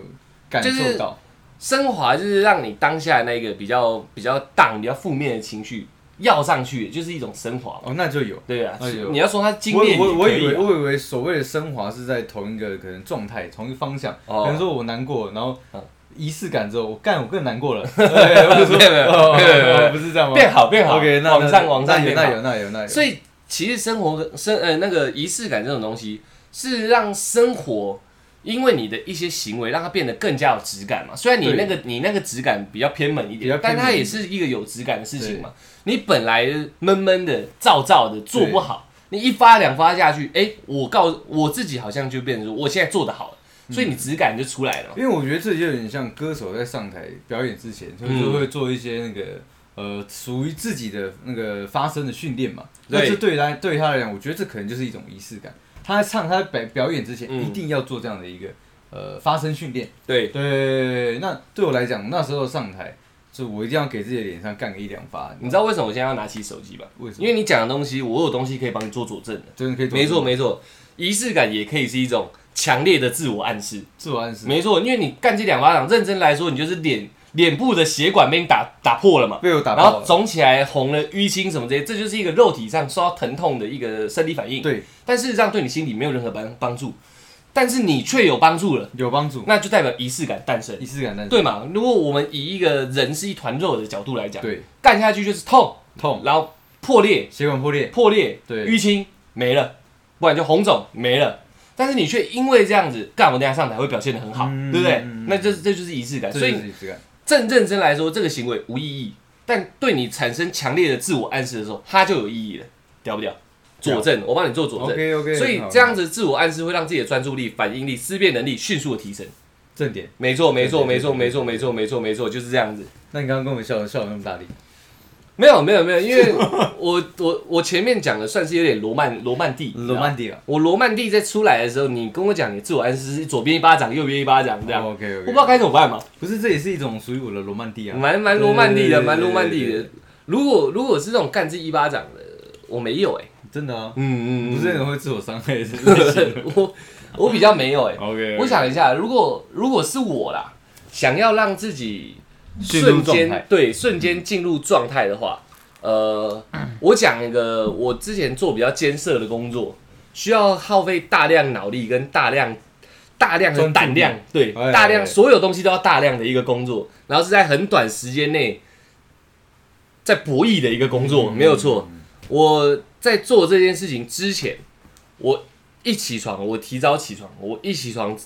Speaker 2: 感
Speaker 1: 就是
Speaker 2: 受到。
Speaker 1: 升华就是让你当下那个比较比较荡、比较负面的情绪要上去，就是一种升华嘛。
Speaker 2: 哦，那就有。
Speaker 1: 对啊，
Speaker 2: 哎呦
Speaker 1: 你要说它经
Speaker 2: 我
Speaker 1: 典
Speaker 2: 我
Speaker 1: 也
Speaker 2: 我
Speaker 1: 可
Speaker 2: 以
Speaker 1: 以
Speaker 2: 为
Speaker 1: 啊，
Speaker 2: 我以为所谓的升华是在同一个可能状态、同一个方向。
Speaker 1: 哦
Speaker 2: 可能说我难过，然后
Speaker 1: 嗯
Speaker 2: 仪式感之后，我干我更难 *laughs* 过了。对我就说
Speaker 1: 没有没有
Speaker 2: 哦
Speaker 1: 没有没有没有
Speaker 2: 不是这样吗？
Speaker 1: 变好变好
Speaker 2: OK，那
Speaker 1: 往上
Speaker 2: 那
Speaker 1: 往上
Speaker 2: 那有
Speaker 1: 变
Speaker 2: 那
Speaker 1: 好。
Speaker 2: 有那有那有，
Speaker 1: 所以其实生活跟生呃那个仪式感这种东西，是让生活因为你的一些行为，让它变得更加有质感嘛。虽然你
Speaker 2: 对
Speaker 1: 那个你那个质感比较偏门一
Speaker 2: 比较
Speaker 1: 点，
Speaker 2: 偏
Speaker 1: 但
Speaker 2: 门
Speaker 1: 它也是一个有质感的事情嘛。你本来闷闷的、燥燥的，做不好，你一发两发下去，哎、我告我自己好像就变成说，我现在做的好了，
Speaker 2: 嗯
Speaker 1: 所以你质感就出来了嘛。
Speaker 2: 因为我觉得这就有点像歌手在上台表演之前，就是
Speaker 1: 嗯
Speaker 2: 会做一些那个。呃，属于自己的那个发声的训练嘛，
Speaker 1: 对
Speaker 2: 那这对他对他来讲，我觉得这可能就是一种仪式感。他在唱他在表表演之前，
Speaker 1: 嗯
Speaker 2: 一定要做这样的一个呃发声训练。
Speaker 1: 对，
Speaker 2: 对，那对我来讲，那时候上台，就我一定要给自己的脸上干个一两发。
Speaker 1: 你知道为什么我现在要拿起手机吧？
Speaker 2: 为什么？
Speaker 1: 因为你讲的东西，我有东西可以帮你做佐证的。
Speaker 2: 真的可以做
Speaker 1: 没错，没错，仪式感也可以是一种强烈的自我暗示。
Speaker 2: 自我暗示。
Speaker 1: 没错，因为你干这两巴掌，认真来说，你就是脸脸部的血管被你打打破了嘛，
Speaker 2: 被我打
Speaker 1: 然
Speaker 2: 爆
Speaker 1: 后
Speaker 2: 了。
Speaker 1: 肿起来、红了、淤青什么这些，这就是一个肉体上受到疼痛的一个生理反应。，
Speaker 2: 对，
Speaker 1: 但事实上对你心理没有任何帮帮助，但是你却有帮助了，
Speaker 2: 有帮助，
Speaker 1: 那就代表仪式感诞生
Speaker 2: 仪。式感但是
Speaker 1: 对嘛？如果我们以一个人是一团肉的角度来讲，
Speaker 2: 对，
Speaker 1: 干下去就是痛，
Speaker 2: 痛，
Speaker 1: 然后破裂、
Speaker 2: 血管破裂，
Speaker 1: 破裂、
Speaker 2: 对
Speaker 1: 淤青没了，不然就红肿没了。但是你却因为这样子，干我等一下上台会表现的很好，
Speaker 2: 嗯
Speaker 1: 对不对
Speaker 2: 嗯？
Speaker 1: 那这这就是仪式感。所以
Speaker 2: 这就是仪式感
Speaker 1: 正认真来说，这个行为无意义，但对你产生强烈的自我暗示的时候，它就有意义了，屌不屌？佐证，我帮你做佐证。
Speaker 2: OK，OK，
Speaker 1: 所以
Speaker 2: 很好
Speaker 1: 这样子自我暗示会让自己的专注力、反应力、思辨能力迅速的提升。
Speaker 2: 正点。
Speaker 1: 没错，没错，
Speaker 2: 对
Speaker 1: 没错，没错，没错，没错，没错，就是这样子。
Speaker 2: 那你刚刚跟我们笑的笑的那么大力，
Speaker 1: 没有，没有，没有，因为我 *laughs* 我我前面讲的算是有点罗曼罗曼蒂，
Speaker 2: 罗曼蒂啊。
Speaker 1: 我罗曼蒂在出来的时候，你跟我讲你自我暗示是左边一巴掌，右边一巴掌这样，
Speaker 2: OK
Speaker 1: 我
Speaker 2: OK，
Speaker 1: 不知道该怎么办嘛，
Speaker 2: 啊哦不是，这也是一种属于我的罗曼蒂啊。
Speaker 1: 蛮蛮罗曼蒂
Speaker 2: 对对
Speaker 1: 的，
Speaker 2: 对
Speaker 1: 蛮罗曼
Speaker 2: 对
Speaker 1: 蒂
Speaker 2: 对
Speaker 1: 的。如果如果是这种干自己一巴掌的，我没有哎、
Speaker 2: 真的啊，
Speaker 1: 嗯
Speaker 2: 不是那种会自我伤害的事 *laughs*
Speaker 1: *laughs* 我我比较没有哎、
Speaker 2: OK，
Speaker 1: 我想一下，如果如果是我啦，想要让自己
Speaker 2: 进入
Speaker 1: 瞬
Speaker 2: 状
Speaker 1: 间
Speaker 2: 态
Speaker 1: 对瞬间进入状态的话，呃，我讲一个我之前做比较艰涩的工作，需要耗费大量脑力跟大量大量的
Speaker 2: 专注力
Speaker 1: 胆量，对，
Speaker 2: 哎
Speaker 1: 大量
Speaker 2: 哎
Speaker 1: 所有东西都要大量的一个工作，然后是在很短时间内在博弈的一个工作，没有错。我在做这件事情之前，我一起床，我提早起床，我一起床，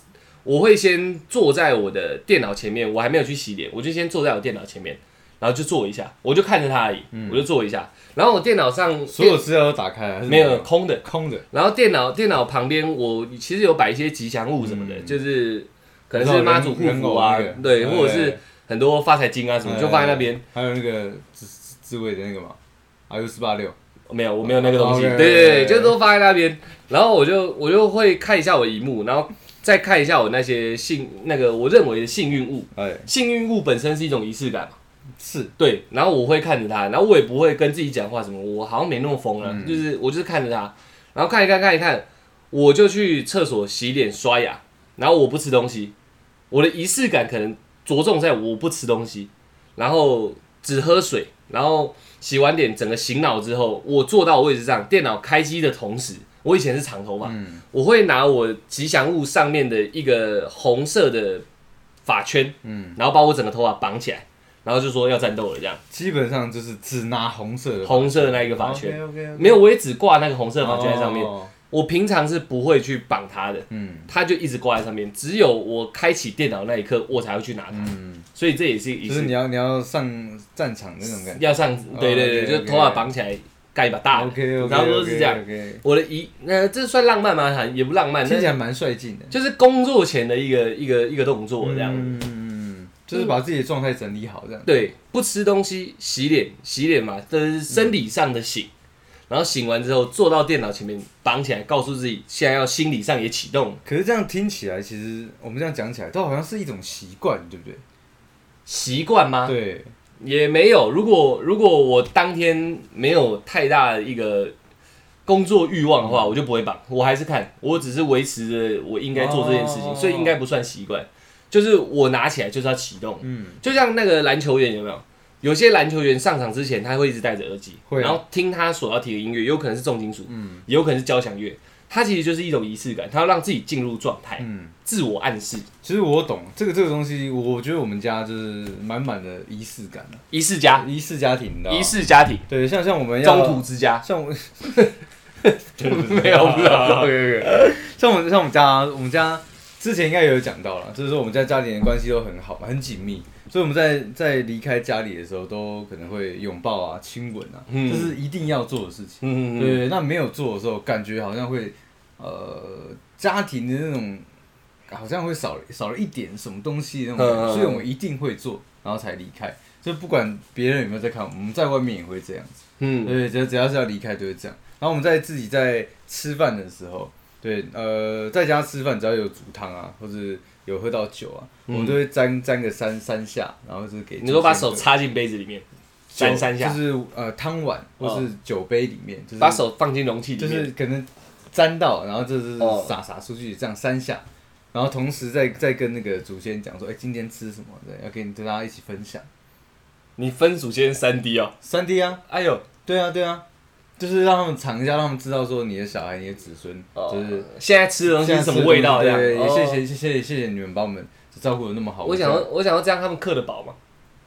Speaker 1: 我会先坐在我的电脑前面，我还没有去洗脸，我就先坐在我电脑前面，然后就坐一下，我就看着它而已，我就坐一下，然后我电脑上
Speaker 2: 嗯所有资嗯料都打开啊了，还是
Speaker 1: 电没有空的，
Speaker 2: 空的，
Speaker 1: 然后电脑电脑旁边我其实有摆一些吉祥物什么的，
Speaker 2: 嗯
Speaker 1: 就是可能是妈祖护
Speaker 2: 人
Speaker 1: 符
Speaker 2: 偶
Speaker 1: 啊，
Speaker 2: 那个
Speaker 1: 对，
Speaker 2: 哎
Speaker 1: 或者是很多发财金啊什么，就放在那边。
Speaker 2: 还有那个自自自卫的那个嘛，IU 四八六，
Speaker 1: 没有，我没有那个东西。对
Speaker 2: OK，
Speaker 1: 对对，
Speaker 2: 哦 OK，OK
Speaker 1: 就都放在那边。然后我就我就会看一下我的荧幕，然后再看一下我那些幸那个我认为的幸运物。
Speaker 2: 哎，
Speaker 1: 幸运物本身是一种仪式感嘛，
Speaker 2: 是
Speaker 1: 对。然后我会看着它，然后我也不会跟自己讲话什么，我好像没那么疯了，
Speaker 2: 嗯
Speaker 1: 就是我就是看着它，然后看一看看一看，我就去厕所洗脸刷牙，然后我不吃东西。我的仪式感可能着重在我不吃东西，然后只喝水，然后洗完脸，整个醒脑之后，我坐到我位置上，电脑开机的同时，我以前是长头发，
Speaker 2: 嗯
Speaker 1: 我会拿我吉祥物上面的一个红色的发圈，
Speaker 2: 嗯
Speaker 1: 然后把我整个头发绑起来，然后就说要战斗了这样，
Speaker 2: 基本上就是只拿红色的
Speaker 1: 红色的那一个发圈。
Speaker 2: ，OK，
Speaker 1: 没有，我也只挂那个红色的发圈在上面。
Speaker 2: 面，
Speaker 1: 我平常是不会去绑它的，
Speaker 2: 哦嗯
Speaker 1: 它就一直挂在上面。只有我开启电脑那一刻，我才会去拿它。
Speaker 2: 嗯，
Speaker 1: 所以这也是一个仪
Speaker 2: 就
Speaker 1: 式
Speaker 2: 是
Speaker 1: 感
Speaker 2: 你要你要上战场那种感觉。
Speaker 1: 要上，对对对，
Speaker 2: 哦 OK，OK
Speaker 1: 就头发绑起来，盖一把大的
Speaker 2: OK，
Speaker 1: 差不多是这样。我的仪，那这算浪漫吗？也不浪漫，
Speaker 2: 听
Speaker 1: 但
Speaker 2: 起来
Speaker 1: 是
Speaker 2: 蛮帅劲的。
Speaker 1: 就是工作前的一个一个一个动作这样。
Speaker 2: 嗯，就是把自己的状态整理好，这样。
Speaker 1: 对，不吃东西，洗脸，洗脸嘛，这是
Speaker 2: 嗯
Speaker 1: 生理上的醒。然后醒完之后，坐到电脑前面，绑起来，告诉自己现在要心理上也启动了
Speaker 2: 可是这样听起来，其实我们这样讲起来，都好像是一种习惯，对不对？
Speaker 1: 习惯吗？
Speaker 2: 对，
Speaker 1: 也没有。如果如果我当天没有太大的一个工作欲望的
Speaker 2: 嗯
Speaker 1: 话，我就不会绑，我还是看，我只是维持着我应该做这件事情，
Speaker 2: 哦
Speaker 1: 所以应该不算习惯。就是我拿起来就是要启动，
Speaker 2: 嗯，
Speaker 1: 就像那个篮球员有没有？有些篮球员上场之前，他会一直戴着耳机，
Speaker 2: 会啊
Speaker 1: 然后听他所要提的音乐，有可能是重金属，
Speaker 2: 嗯
Speaker 1: 也有可能是交响乐。它其实就是一种仪式感，它要让自己进入状态，
Speaker 2: 嗯。
Speaker 1: 自我暗示，
Speaker 2: 其实我懂这个这个东西，我觉得我们家就是满满的仪式感啊
Speaker 1: 仪式家，
Speaker 2: 仪式家庭的
Speaker 1: 仪式家庭，
Speaker 2: 对，像像我们
Speaker 1: 中
Speaker 2: 嗯要
Speaker 1: 途之家，
Speaker 2: 像我
Speaker 1: *laughs* 没有
Speaker 2: *laughs*
Speaker 1: 不知道
Speaker 2: OK OK，像我们像我们家啊，我们家之前应该也有讲到了，就是说我们家家里人关系都很好嘛，很紧密，所以我们在在离开家里的时候，都可能会拥抱啊、亲吻啊，
Speaker 1: 嗯
Speaker 2: 这是一定要做的事情。
Speaker 1: 嗯，嗯嗯
Speaker 2: 对，那没有做的时候，感觉好像会呃家庭的那种，好像会少少了一点什么东西的那种
Speaker 1: 嗯
Speaker 2: 感
Speaker 1: 嗯嗯
Speaker 2: 觉，所以我们一定会做，然后才离开。就不管别人有没有在看，我们在外面也会这样。
Speaker 1: 嗯，
Speaker 2: 对，只要只要是要离开就会这样。然后我们在自己在吃饭的时候，对，呃，在家吃饭只要有煮汤啊，或者有喝到酒啊，
Speaker 1: 嗯
Speaker 2: 我们都会沾沾个三三下，然后就是给
Speaker 1: 你说把手
Speaker 2: 酒
Speaker 1: 插进杯子里面，沾三下，哦
Speaker 2: 就是呃汤碗或是酒杯里面，就是
Speaker 1: 把手放进容器里
Speaker 2: 就
Speaker 1: 面，
Speaker 2: 是可能沾到，然后就是
Speaker 1: 哦
Speaker 2: 撒撒出去这样三下。然后同时再再跟那个祖先讲说，哎，今天吃什么？对，要跟大家一起分享。
Speaker 1: 你分组先三 D 哦，
Speaker 2: 三 D 啊，
Speaker 1: 哎呦，
Speaker 2: 对啊，对啊，就是让他们尝一下，让他们知道说你的小孩、你的子孙，
Speaker 1: 哦
Speaker 2: 就是
Speaker 1: 现在吃的东西是什么味道这
Speaker 2: 对
Speaker 1: 样，
Speaker 2: 对对
Speaker 1: 哦
Speaker 2: 谢谢谢谢谢谢你们把我们照顾的那么好。
Speaker 1: 我想要我想要这样，他们嗑得饱嘛，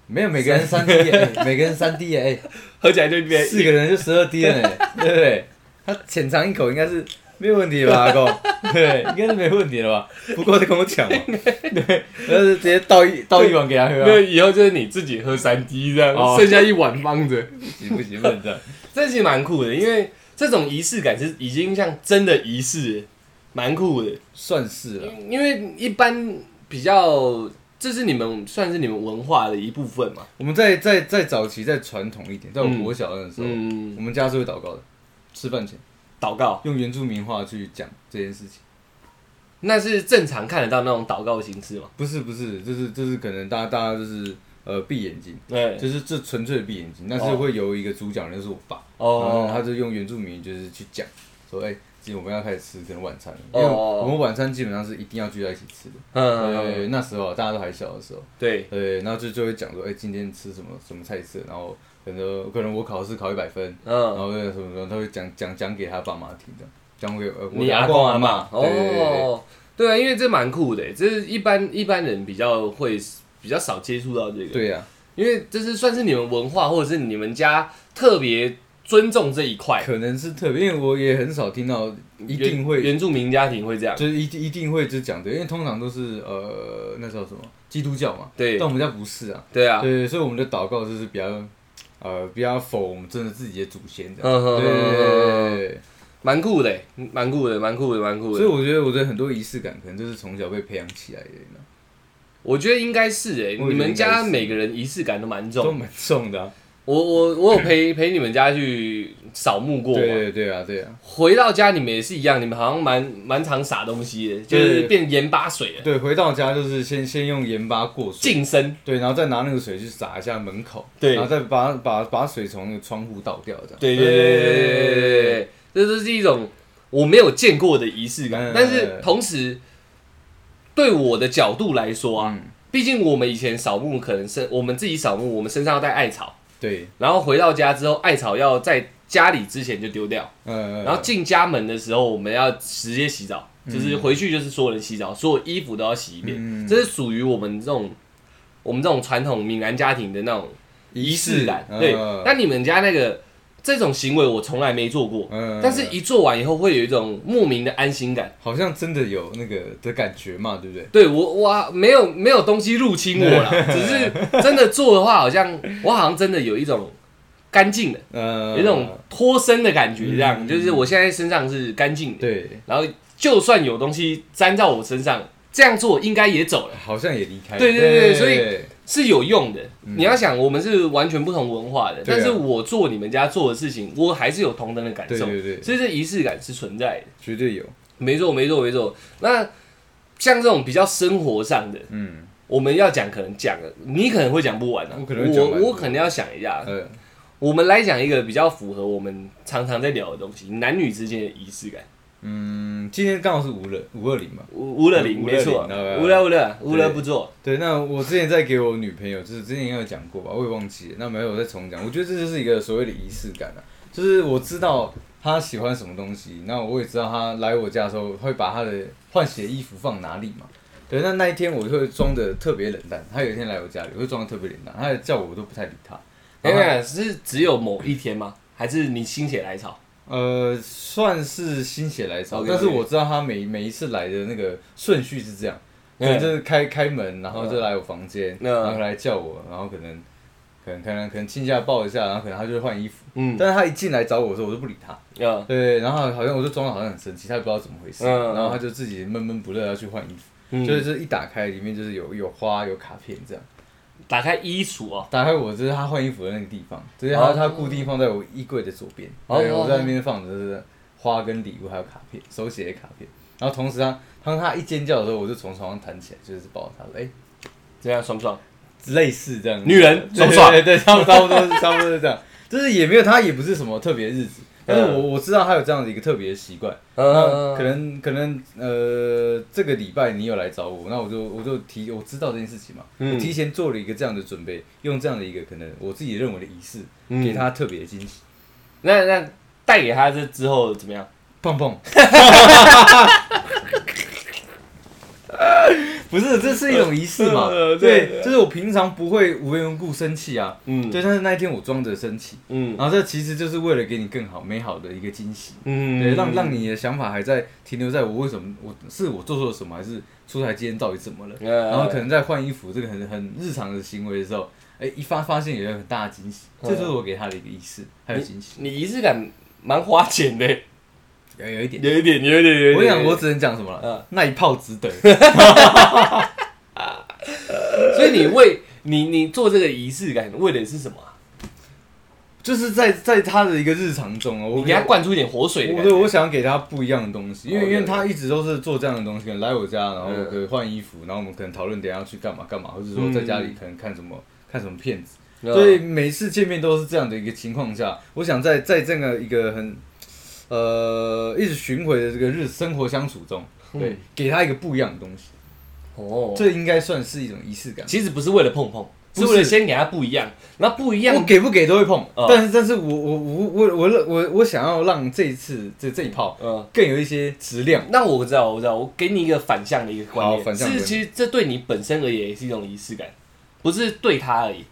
Speaker 2: 没有每个人三 D，耶哎每个人三 D 耶，
Speaker 1: 合起来就变
Speaker 2: 哎，四个人就十二 D 了呢，对不对？他浅尝一口应该是没有问题吧，阿公？对，应该是没问题了吧？不过再跟我讲嘛， *laughs* 对，然后就直接倒一倒一碗给他喝、
Speaker 1: 没有，
Speaker 2: 啊，
Speaker 1: 以后就是你自己喝三滴这样，
Speaker 2: 哦
Speaker 1: 剩下一碗放着，
Speaker 2: 行不行？不能这样，
Speaker 1: 这其实蛮酷的，因为这种仪式感是已经像真的仪式了，蛮酷的。
Speaker 2: 算是了。
Speaker 1: 因为一般比较，这是你们算是你们文化的一部分嘛。
Speaker 2: 我们在在在早期再传统一点，在我
Speaker 1: 嗯
Speaker 2: 国小的时候，
Speaker 1: 嗯，
Speaker 2: 我们家是会祷告的，吃饭前
Speaker 1: 祷告
Speaker 2: 用原住民话去讲这件事情。
Speaker 1: 那是正常看得到那种祷告形式嘛？
Speaker 2: 不是不是，就是就是可能大家大家就是呃闭眼睛，
Speaker 1: 对，
Speaker 2: 就是这纯粹的闭眼睛，但是
Speaker 1: 哦
Speaker 2: 会有一个主讲人就是我爸，然后嗯他
Speaker 1: 哦，
Speaker 2: 就用原住民就是去讲说，哎、今天我们要开始吃可能晚餐了，
Speaker 1: 哦
Speaker 2: 因为我们晚餐基本上是一定要聚在一起吃的。
Speaker 1: 嗯，
Speaker 2: 对，那时候大家都还小的时候，
Speaker 1: 对，
Speaker 2: 对，然后就就会讲说，哎、今天吃什么什么菜色，然后可能可能我考试考一百分，然
Speaker 1: 嗯，
Speaker 2: 后那个什么什么，他会讲讲讲给他爸妈听的，讲给呃我
Speaker 1: 你
Speaker 2: 的
Speaker 1: 阿
Speaker 2: 公
Speaker 1: 公啊阿
Speaker 2: 嬷
Speaker 1: 妈
Speaker 2: 对对对对
Speaker 1: 哦，对啊，因为这蛮酷的，这是一般一般人比较会比较少接触到这个，
Speaker 2: 对呀、
Speaker 1: 因为这是算是你们文化或者是你们家特别尊重这一块，
Speaker 2: 可能是特别，因为我也很少听到一定
Speaker 1: 原
Speaker 2: 会，
Speaker 1: 原住民家庭会这样，
Speaker 2: 就是一定一定会就讲的，因为通常都是呃那叫什么基督教嘛，
Speaker 1: 对
Speaker 2: 但我们家不是啊，
Speaker 1: 对啊，
Speaker 2: 对，所以我们的祷告就是比较呃比较否我们真的自己的祖先这
Speaker 1: 嗯
Speaker 2: 样，
Speaker 1: 哼嗯
Speaker 2: 对对对对对对，
Speaker 1: 蛮酷的，蛮酷的，蛮酷的，蛮酷
Speaker 2: 所以
Speaker 1: 的。
Speaker 2: 我觉得我觉得很多仪式感可能就是从小被培养起来的，你知道
Speaker 1: 我觉得应该是哎，
Speaker 2: 我也觉得
Speaker 1: 你们
Speaker 2: 应该
Speaker 1: 家
Speaker 2: 是
Speaker 1: 每个人仪式感都蛮
Speaker 2: 都
Speaker 1: 重。
Speaker 2: 蛮重的啊，
Speaker 1: 我我我有陪陪你们家去扫墓过
Speaker 2: 对
Speaker 1: 嘛，
Speaker 2: 对对啊对啊，
Speaker 1: 回到家你们也是一样，你们好像蛮蛮常撒东西的，就是
Speaker 2: 对
Speaker 1: 变盐巴水了，
Speaker 2: 对，回到家就是先先用盐巴过水。
Speaker 1: 净身。
Speaker 2: 对，然后再拿那个水去洒一下门口，
Speaker 1: 对
Speaker 2: 然后再把把把水从那个窗户倒掉，这样。
Speaker 1: 对对对对对对对对，这就是一种我没有见过的仪式感
Speaker 2: 嗯，
Speaker 1: 但是同时对我的角度来说啊，
Speaker 2: 嗯，
Speaker 1: 毕竟我们以前扫墓可能身我们自己扫墓，我们身上要带艾草，
Speaker 2: 对，
Speaker 1: 然后回到家之后艾草要在家里之前就丢掉，
Speaker 2: 呃，
Speaker 1: 然后进家门的时候我们要直接洗澡，就是回去就是所有人洗澡，所有衣服都要洗一遍，
Speaker 2: 嗯
Speaker 1: 这是属于我们这种我们这种传统闽南家庭的那种仪式感。对，
Speaker 2: 呃
Speaker 1: 那你们家那个这种行为我从来没做过，
Speaker 2: 呃
Speaker 1: 但是一做完以后会有一种莫名的安心感。
Speaker 2: 好像真的有那个的感觉嘛，对不对？
Speaker 1: 对我，我没有没有东西入侵我啦，只是真的做的话，好像我好像真的有一种干净的，
Speaker 2: 呃，
Speaker 1: 有一种脱身的感觉，这样、
Speaker 2: 嗯
Speaker 1: 就是我现在身上是干净的，
Speaker 2: 对，
Speaker 1: 然后就算有东西沾到我身上，这样做应该也走了，
Speaker 2: 好像也离开了。
Speaker 1: 对对对对所以
Speaker 2: 以
Speaker 1: 是有用的。你要想，我们是完全不同文化的，
Speaker 2: 嗯对啊
Speaker 1: 但是我做你们家做的事情，我还是有同等的感受，
Speaker 2: 对对对
Speaker 1: 所以这仪式感是存在的。
Speaker 2: 绝对有，
Speaker 1: 没错，没错，没错。那像这种比较生活上的，
Speaker 2: 嗯，
Speaker 1: 我们要讲可能讲了，你可能会讲不完啊，
Speaker 2: 我可能会讲
Speaker 1: 我
Speaker 2: 蛮多
Speaker 1: 我可能要想一下。
Speaker 2: 呃，
Speaker 1: 我们来讲一个比较符合我们常常在聊的东西，男女之间的仪式感。
Speaker 2: 嗯，今天刚好是五二五二零嘛。
Speaker 1: 无无了零，
Speaker 2: 无
Speaker 1: 没错
Speaker 2: 无了零，
Speaker 1: 无了无了无了不做。
Speaker 2: 对，那我之前在给我女朋友，就是之前应该有讲过吧，我也忘记了。那没有我再重讲，我觉得这就是一个所谓的仪式感啊，就是我知道她喜欢什么东西，那我也知道她来我家的时候会把她的换洗的衣服放哪里嘛。对，那那一天我就会装的特别冷淡，她有一天来我家里，我会装的特别冷淡，她叫我我都不太理她。
Speaker 1: 等
Speaker 2: 然后她
Speaker 1: 等，是只有某一天吗？还是你心血来潮？
Speaker 2: 呃，算是心血来潮
Speaker 1: OK，OK
Speaker 2: 但是我知道他每每一次来的那个顺序是这样，可
Speaker 1: 嗯
Speaker 2: 能就是开开门，然后就来我房间，
Speaker 1: 嗯
Speaker 2: 然后来叫我，然后可能可能可能可能亲一下抱一下，然后可能他就会换衣服，
Speaker 1: 嗯，
Speaker 2: 但是他一进来找我的时候，我就不理他，
Speaker 1: 嗯，
Speaker 2: 对，然后好像我就装的好像很生气，他也不知道怎么回事，
Speaker 1: 嗯嗯
Speaker 2: 然后他就自己闷闷不乐要去换衣服，
Speaker 1: 嗯
Speaker 2: 就是这一打开里面就是有有花有卡片这样。
Speaker 1: 打开衣橱哦，
Speaker 2: 打开我就是他换衣服的那个地方，就是他
Speaker 1: 哦
Speaker 2: 他固定放在我衣柜的左边，
Speaker 1: 哦
Speaker 2: 对，我在那边放着就是花跟礼物还有卡片，手写的卡片。然后同时他当他一尖叫的时候，我就从床上弹起来，就是抱着他说：“哎、
Speaker 1: 这样爽不爽？
Speaker 2: 类似这样。”
Speaker 1: 女人爽
Speaker 2: 嗯对
Speaker 1: 不爽？
Speaker 2: 对对，差不多差不多是差不多是这样，就是也没有他也不是什么特别日子，但是我我知道他有这样的一个特别的习惯，那
Speaker 1: 嗯，
Speaker 2: 可能可能呃，这个礼拜你有来找我，那我就我就提我知道这件事情嘛，
Speaker 1: 嗯
Speaker 2: 我提前做了一个这样的准备，用这样的一个可能我自己认为的仪式，
Speaker 1: 嗯
Speaker 2: 给他特别的惊喜，
Speaker 1: 那那带给他这之后怎么样？
Speaker 2: 棒棒。 *laughs* 不是，这是一种仪式
Speaker 1: *laughs*
Speaker 2: 嘛
Speaker 1: 呃呃？对
Speaker 2: 对，就是我平常不会无缘无故生气啊，
Speaker 1: 嗯
Speaker 2: 对，但是那一天我装着生气，
Speaker 1: 嗯
Speaker 2: 然后这其实就是为了给你更好、美好的一个惊喜，
Speaker 1: 嗯
Speaker 2: 对，让让你的想法还在停留在我为什么我是我做错了什么，还是出台今天到底怎么了？
Speaker 1: 呃
Speaker 2: 然后可能在换衣服这个很很日常的行为的时候，哎，一发发现有一个很大的惊喜，
Speaker 1: 嗯
Speaker 2: 这就是我给他的一个仪式，还有惊喜，
Speaker 1: 你仪式感蛮花钱
Speaker 2: *laughs*
Speaker 1: 的，
Speaker 2: 有有一点。
Speaker 1: 有一点，有一点，有一点。
Speaker 2: 我跟你讲，
Speaker 1: 有
Speaker 2: 我
Speaker 1: 一点
Speaker 2: 只能讲什么了
Speaker 1: 嗯？
Speaker 2: *laughs* 那一炮值
Speaker 1: *laughs*
Speaker 2: 得。
Speaker 1: 所以你为你你做这个仪式感，为的是什么啊？
Speaker 2: 就是在在他的一个日常中哦，我
Speaker 1: 你给他灌出一点活水的
Speaker 2: 我
Speaker 1: 感
Speaker 2: 对
Speaker 1: 觉。
Speaker 2: 我想要给他不一样的东西，因为
Speaker 1: OK，OK
Speaker 2: 因为他一直都是做这样的东西，可能来我家，然后
Speaker 1: 嗯
Speaker 2: 可能换衣服，然后我们可能讨论等一下要去干嘛干嘛，或者说在家里可能看什么看什么片子，
Speaker 1: 嗯
Speaker 2: 所以每次见面都是这样的一个情况下，我想在在这个一个很呃一直巡回的这个日生活相处中，对
Speaker 1: 嗯，
Speaker 2: 给他一个不一样的东西，
Speaker 1: 哦，
Speaker 2: 这应该算是一种仪式感。
Speaker 1: 其实不是为了碰碰，
Speaker 2: 不
Speaker 1: 是
Speaker 2: 是
Speaker 1: 为了先给他不一样，那不一
Speaker 2: 我
Speaker 1: 样。
Speaker 2: 给不给都会碰，
Speaker 1: 嗯
Speaker 2: 但是但是我我我我我我我想要让这一次这这一炮
Speaker 1: 嗯，
Speaker 2: 更有一些质量。
Speaker 1: 那我知道，我知道，我给你一个反向的一个观
Speaker 2: 好
Speaker 1: 念，
Speaker 2: 反向
Speaker 1: 是
Speaker 2: 观念
Speaker 1: 其实这对你本身而言也是一种仪式感，不是对他而已。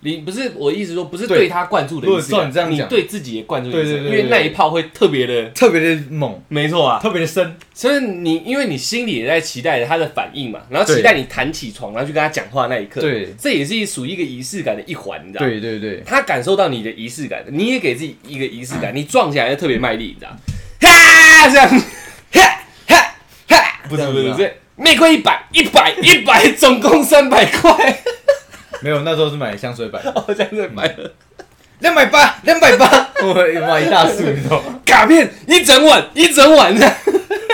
Speaker 1: 你不是我的意思说，不是
Speaker 2: 对
Speaker 1: 对他灌注的仪式
Speaker 2: 如果照
Speaker 1: 感，
Speaker 2: 你这样
Speaker 1: 你
Speaker 2: 讲
Speaker 1: 对自己也灌注的仪式感，因
Speaker 2: 对对对
Speaker 1: 为
Speaker 2: 对对
Speaker 1: 那一炮会特别的，
Speaker 2: 特别的猛，
Speaker 1: 没错啊。
Speaker 2: 特别的深。
Speaker 1: 所以你因为你心里也在期待他的反应嘛，然后期待你弹起床，然后去跟他讲话那一刻，
Speaker 2: 对
Speaker 1: 这也是属于一个仪式感的一环，你知道吗？
Speaker 2: 对对对，
Speaker 1: 他感受到你的仪式感，你也给自己一个仪式感，
Speaker 2: 嗯
Speaker 1: 你撞起来就特别卖力，你知道吗？ *laughs* 哈，这样，哈哈哈，
Speaker 2: 不
Speaker 1: 这
Speaker 2: 是
Speaker 1: 样
Speaker 2: 不是
Speaker 1: 这样玫瑰一百，一百，一百，总共三百块， *laughs*
Speaker 2: 没有，那时候是买香水百，
Speaker 1: 我这样子买了
Speaker 2: 两百八，两百八，我买一大束，你知道吗？
Speaker 1: 卡片一整晚，一整晚这样，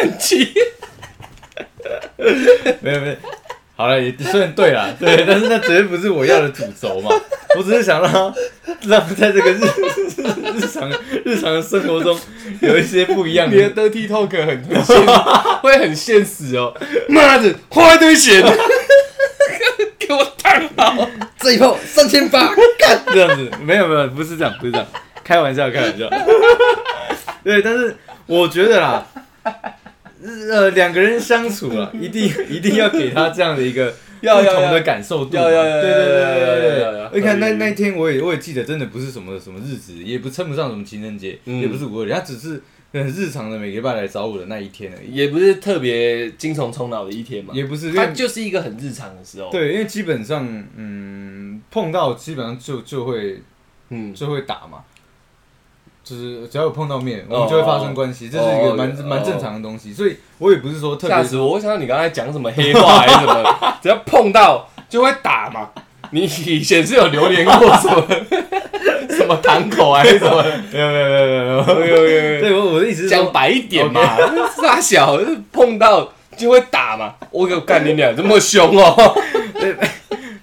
Speaker 1: 很气。
Speaker 2: 没有没有，好了，也虽然对啦，对，但是那绝对不是我要的主轴嘛。我只是想让他让在这个日日常日常的生活中有一些不一样
Speaker 1: 你的
Speaker 2: 的。
Speaker 1: dirty talk 很很现，会很现实哦。妈的，花一堆钱， *laughs* 给我烫好。
Speaker 2: 这一炮三千八， *laughs* 干这样子，没有没有，不是这样，不是这样，开玩笑，开玩笑。对，但是我觉得啦，呃，两个人相处啊，一定一定要给他这样的一个
Speaker 1: 要
Speaker 2: 不同
Speaker 1: 要要
Speaker 2: 的感受度嘛。
Speaker 1: 要要要
Speaker 2: 对对对
Speaker 1: 要要
Speaker 2: 对对
Speaker 1: 要要
Speaker 2: 对
Speaker 1: 要
Speaker 2: 对。你看那
Speaker 1: 合理
Speaker 2: 那一天，我也我也记得，真的不是什么什么日子，也不称不上什么情人节，
Speaker 1: 嗯
Speaker 2: 也不是五二零，他只是很日常的每个礼拜来找我的那一天而已，
Speaker 1: 也不是特别精虫充脑的一天嘛，
Speaker 2: 也不是因
Speaker 1: 它
Speaker 2: 为
Speaker 1: 就是一个很日常的时候。，
Speaker 2: 对，因为基本上嗯碰到基本上就就会
Speaker 1: 嗯，
Speaker 2: 就会打嘛，就是只要有碰到面，
Speaker 1: 哦
Speaker 2: 我们就会发生关系，这是一
Speaker 1: 哦
Speaker 2: 个蛮
Speaker 1: 哦
Speaker 2: 蛮正常的东西，所以我也不是说特
Speaker 1: 吓
Speaker 2: 别
Speaker 1: 死我！我想到你刚才讲什么黑话还是什 *laughs* 么，只要碰到就会打嘛。你以前是有流连过什 *laughs* 么什么堂口还是什 *laughs* 么？
Speaker 2: 没有没有没有没有没有，
Speaker 1: 有有有
Speaker 2: 对我我的意思是
Speaker 1: 讲
Speaker 2: 说，
Speaker 1: 白一点嘛，傻小碰到就会打嘛。我有干你俩这么凶哦，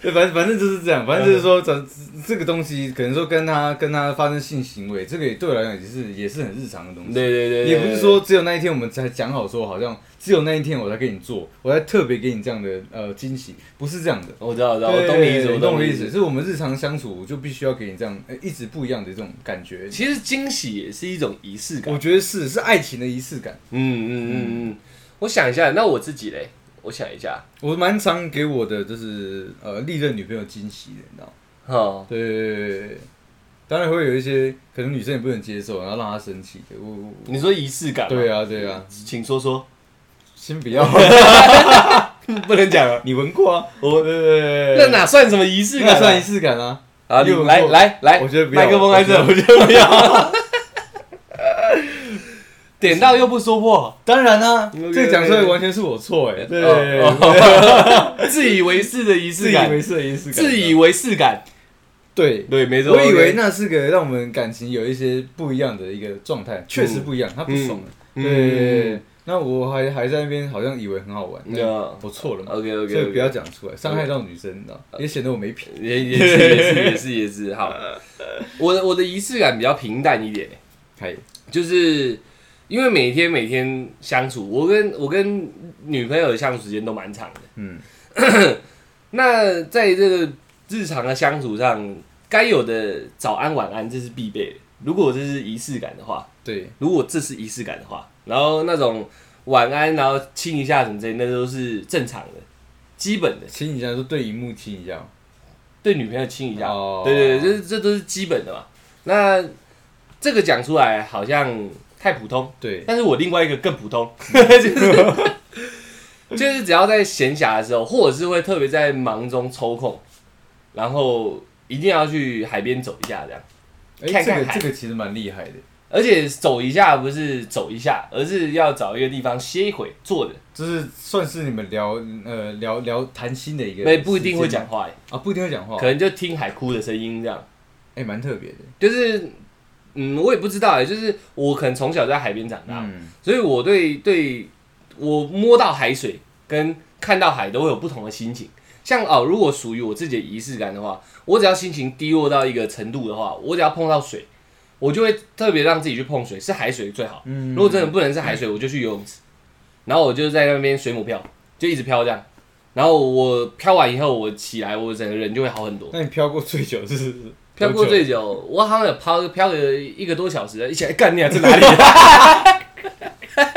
Speaker 2: 对，反正反正就是这样，反正就是
Speaker 1: 嗯
Speaker 2: 说，这这个东西可能说跟他跟他发生性行为，这个也对我来讲也是也是很日常的东
Speaker 1: *laughs* 对
Speaker 2: 西。
Speaker 1: 对对，对
Speaker 2: 也不是说只有那一天我们才讲好说，好像只有那一天我才给你做，我才特别给你这样的呃惊喜，不是这样的。
Speaker 1: 我知道，我知道，我懂你意思，
Speaker 2: 对
Speaker 1: 我
Speaker 2: 懂
Speaker 1: 你
Speaker 2: 意思，就。是我们日常相处，我就必须要给你这样，呃一直不一样的这种感觉。
Speaker 1: 其实惊喜也是一种仪式感
Speaker 2: 我。觉得是是爱情的仪式感。
Speaker 1: 嗯嗯嗯嗯，我想一下，那我自己嘞，我想一下，
Speaker 2: 我蛮常给我的就是呃历任女朋友惊喜的，你知道吗？
Speaker 1: 哦，
Speaker 2: 对对对对对，当然会有一些可能女生也不能接受，然后让她生气的。我我
Speaker 1: 你说仪式感，
Speaker 2: 对，啊对啊，
Speaker 1: 请说说， *laughs*
Speaker 2: 先 *laughs* 不要，
Speaker 1: 不能讲啊，
Speaker 2: 你闻过啊？我对对对，
Speaker 1: 那哪算什么仪式
Speaker 2: 那
Speaker 1: 感？
Speaker 2: 算仪式感啊？
Speaker 1: 啊，你
Speaker 2: 六个
Speaker 1: 来来来，
Speaker 2: 我觉得不要
Speaker 1: 麦克风在这，
Speaker 2: 我
Speaker 1: 觉得不要， *laughs* 点到又不说破，
Speaker 2: 当然啊，
Speaker 1: OK，OK
Speaker 2: 这个讲出来完全是我错哎，对对对
Speaker 1: 哦
Speaker 2: 对对
Speaker 1: 自以为是的仪
Speaker 2: 自
Speaker 1: 式
Speaker 2: 以为
Speaker 1: 感，
Speaker 2: 是的啊仪式感，
Speaker 1: 自以为是感，
Speaker 2: 对。
Speaker 1: 对，没错，
Speaker 2: 我以为
Speaker 1: OK
Speaker 2: 那是个让我们感情有一些不一样的一个状态，确实不一样，他不爽了。
Speaker 1: 嗯嗯
Speaker 2: 对对对对，那我还还在那边好像以为很好玩，
Speaker 1: 对啊
Speaker 2: 我错了嘛。
Speaker 1: OK OK，
Speaker 2: 所以不要讲出来，伤害到女生，你知道，也显得我没品。
Speaker 1: 也也是也是也是也是好，我的我的仪式感比较平淡一点，
Speaker 2: 可以，
Speaker 1: 就是因为每天每天相处，我跟我跟女朋友的相处时间都蛮长的。
Speaker 2: 嗯，
Speaker 1: 那在这个日常的相处上，该有的早安晚安这是必备的。如果这是仪式感的话，
Speaker 2: 对，
Speaker 1: 如果这是仪式感的话，然后那种晚安，然后亲一下什么之类，那都是正常的。基本的，
Speaker 2: 亲一下，说对荧幕亲一下，
Speaker 1: 对女朋友亲一下，
Speaker 2: 哦
Speaker 1: 对对对，这这都是基本的嘛。那这个讲出来好像太普通，
Speaker 2: 对，
Speaker 1: 但是我另外一个更普通， *laughs* 就是就是只要在闲暇的时候，或者是会特别在忙中抽空，然后一定要去海边走一下这样。
Speaker 2: 哎，
Speaker 1: 看
Speaker 2: 这
Speaker 1: 看
Speaker 2: 个
Speaker 1: 海
Speaker 2: 这个其实蛮厉害的，
Speaker 1: 而且走一下不是走一下，而是要找一个地方歇一会坐着，
Speaker 2: 就是算是你们聊呃聊聊谈心的一个时间，
Speaker 1: 那不一定会讲话耶，哦
Speaker 2: 啊，不一定会讲话
Speaker 1: 可，能就听海哭的声音这样。
Speaker 2: 哎，蛮特别的，
Speaker 1: 就是，嗯，我也不知道耶，就是我可能从小在海边长大，
Speaker 2: 嗯，
Speaker 1: 所以我对对我摸到海水跟看到海都会有不同的心情。像哦，如果属于我自己的仪式感的话，我只要心情低落到一个程度的话，我只要碰到水，我就会特别让自己去碰水，是海水最好。
Speaker 2: 嗯
Speaker 1: 如果真的不能是海水，我就去游泳池，然后我就在那边水母漂，就一直漂这样。然后我漂完以后，我起来，我整个人就会好很多。
Speaker 2: 那你飘过最久是多久
Speaker 1: 漂过最久，我好像有漂漂了一个多小时，一起来干你啊，在哪里？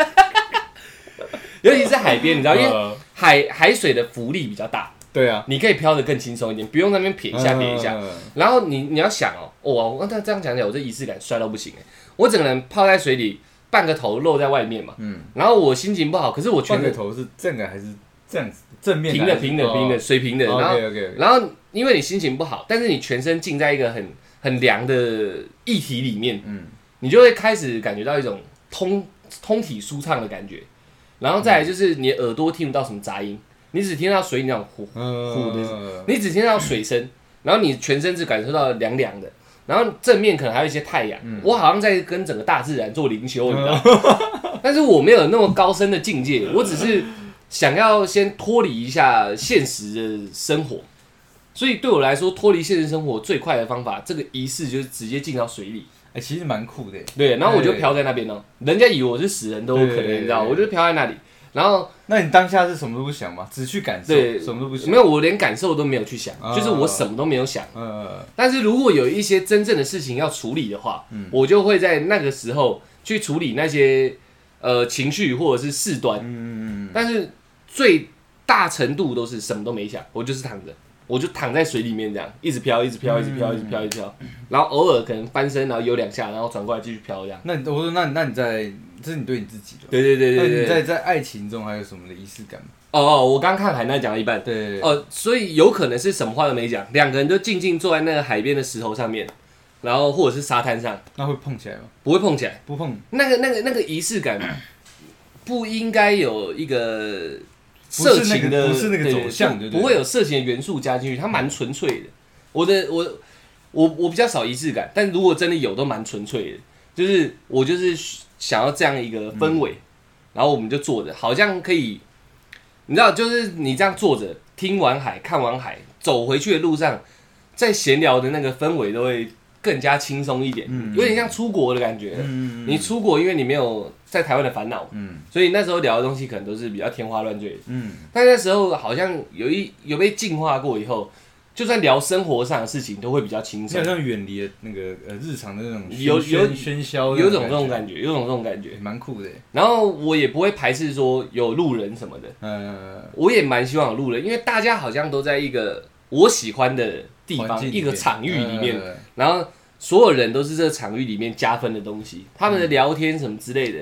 Speaker 2: *laughs*
Speaker 1: 尤其是海边，你知道，因为
Speaker 2: 呃
Speaker 1: 海海水的浮力比较大，
Speaker 2: 对啊，
Speaker 1: 你可以漂得更轻松一点，不用那边撇一下撇一下。
Speaker 2: 嗯，
Speaker 1: 然后你你要想哦，哦，我那这样讲起来，我这仪式感衰到不行哎，我整个人泡在水里，半个头露在外面嘛，
Speaker 2: 嗯，
Speaker 1: 然后我心情不好，可是我全
Speaker 2: 半
Speaker 1: 部
Speaker 2: 个头是正的还是这样子正面
Speaker 1: 平的平的
Speaker 2: 哦
Speaker 1: 平的水平的，然后
Speaker 2: OK OK，
Speaker 1: 然后因为你心情不好，但是你全身浸在一个很很凉的液体里面，
Speaker 2: 嗯
Speaker 1: 你就会开始感觉到一种通通体舒畅的感觉。然后再来就是你耳朵听不到什么杂音，你只听到水那种呼，虎
Speaker 2: 嗯，
Speaker 1: 你只听到水声，然后你全身只感受到凉凉的。然后正面可能还有一些太阳，
Speaker 2: 嗯
Speaker 1: 我好像在跟整个大自然做灵修，你知道
Speaker 2: 嗯 *laughs*
Speaker 1: 吗？ *laughs* 但是我没有那么高深的境界，我只是想要先脱离一下现实的生活，所以对我来说，脱离现实生活最快的方法，这个仪式就是直接进到水里，
Speaker 2: 哎，其实蛮酷的，
Speaker 1: 对，然后我就
Speaker 2: 对
Speaker 1: 漂在那边呢，人家以为我是死人都有可
Speaker 2: 对对
Speaker 1: 能，
Speaker 2: 对
Speaker 1: 你知道，
Speaker 2: 对
Speaker 1: 我就漂在那里，然后
Speaker 2: 那你当下是什么都不想吗？只去感受，
Speaker 1: 对
Speaker 2: 什么都不想
Speaker 1: 没。有，我连感受都没有去想，
Speaker 2: 啊
Speaker 1: 就是我什么都没有想。
Speaker 2: 呃，
Speaker 1: 但是如果有一些真正的事情要处理的话，
Speaker 2: 嗯
Speaker 1: 我就会在那个时候去处理那些呃情绪或者是事端，
Speaker 2: 嗯，
Speaker 1: 但是最大程度都是什么都没想，我就是躺着，我就躺在水里面这样，一直飘，一直
Speaker 2: 嗯
Speaker 1: 飘，一直飘，一直飘，一直飘，然后偶尔可能翻身，然后游两下，然后转过来继续飘这样。
Speaker 2: 那你我说那那你在，这是你对你自己的。
Speaker 1: 对对对
Speaker 2: 那
Speaker 1: 对
Speaker 2: 你
Speaker 1: 对
Speaker 2: 在
Speaker 1: 对。
Speaker 2: 在爱情中还有什么的仪式感吗？
Speaker 1: 哦哦，我刚看海南讲了一半。
Speaker 2: 对，
Speaker 1: 哦，所以有可能是什么话都没讲，两个人就静静坐在那个海边的石头上面，然后或者是沙滩上，
Speaker 2: 那会碰起来吗？
Speaker 1: 不会碰起来。
Speaker 2: 不碰，
Speaker 1: 那个、那个、那个仪式
Speaker 2: *clears throat*
Speaker 1: 感，不应该有一个
Speaker 2: 不是那
Speaker 1: 色
Speaker 2: 个
Speaker 1: 情的，
Speaker 2: 不是那个
Speaker 1: 对
Speaker 2: 走向对
Speaker 1: 不
Speaker 2: 不对
Speaker 1: 不会有色情的元素加进去，它蛮纯粹的。我的我我我比较少仪式感，但如果真的有，都蛮纯粹的。就是我就是想要这样一个氛围，
Speaker 2: 嗯
Speaker 1: 然后我们就坐着，好像可以，你知道，就是你这样坐着，听完海，看完海，走回去的路上，在闲聊的那个氛围都会更加轻松一点，
Speaker 2: 嗯
Speaker 1: 有点像出国的感觉。
Speaker 2: 嗯，
Speaker 1: 你出国，因为你没有在台湾的烦恼，
Speaker 2: 嗯
Speaker 1: 所以那时候聊的东西可能都是比较天花乱坠的。
Speaker 2: 嗯，
Speaker 1: 但那时候好像有一有被净化过以后，就算聊生活上的事情都会比较轻
Speaker 2: 你
Speaker 1: 松
Speaker 2: 好，像远离了那个呃日常的那种喧
Speaker 1: 有有
Speaker 2: 喧喧嚣，
Speaker 1: 有种这种感觉，有种这种感觉
Speaker 2: 觉，。蛮酷的。
Speaker 1: 然后我也不会排斥说有路人什么的，
Speaker 2: 呃，
Speaker 1: 我也蛮希望有路人，因为大家好像都在一个我喜欢的地
Speaker 2: 环
Speaker 1: 方、
Speaker 2: 境里
Speaker 1: 一
Speaker 2: 面
Speaker 1: 个场域里面，
Speaker 2: 呃
Speaker 1: 然后所有人都是这个场域里面加分的东西，他们的聊天什么之类的。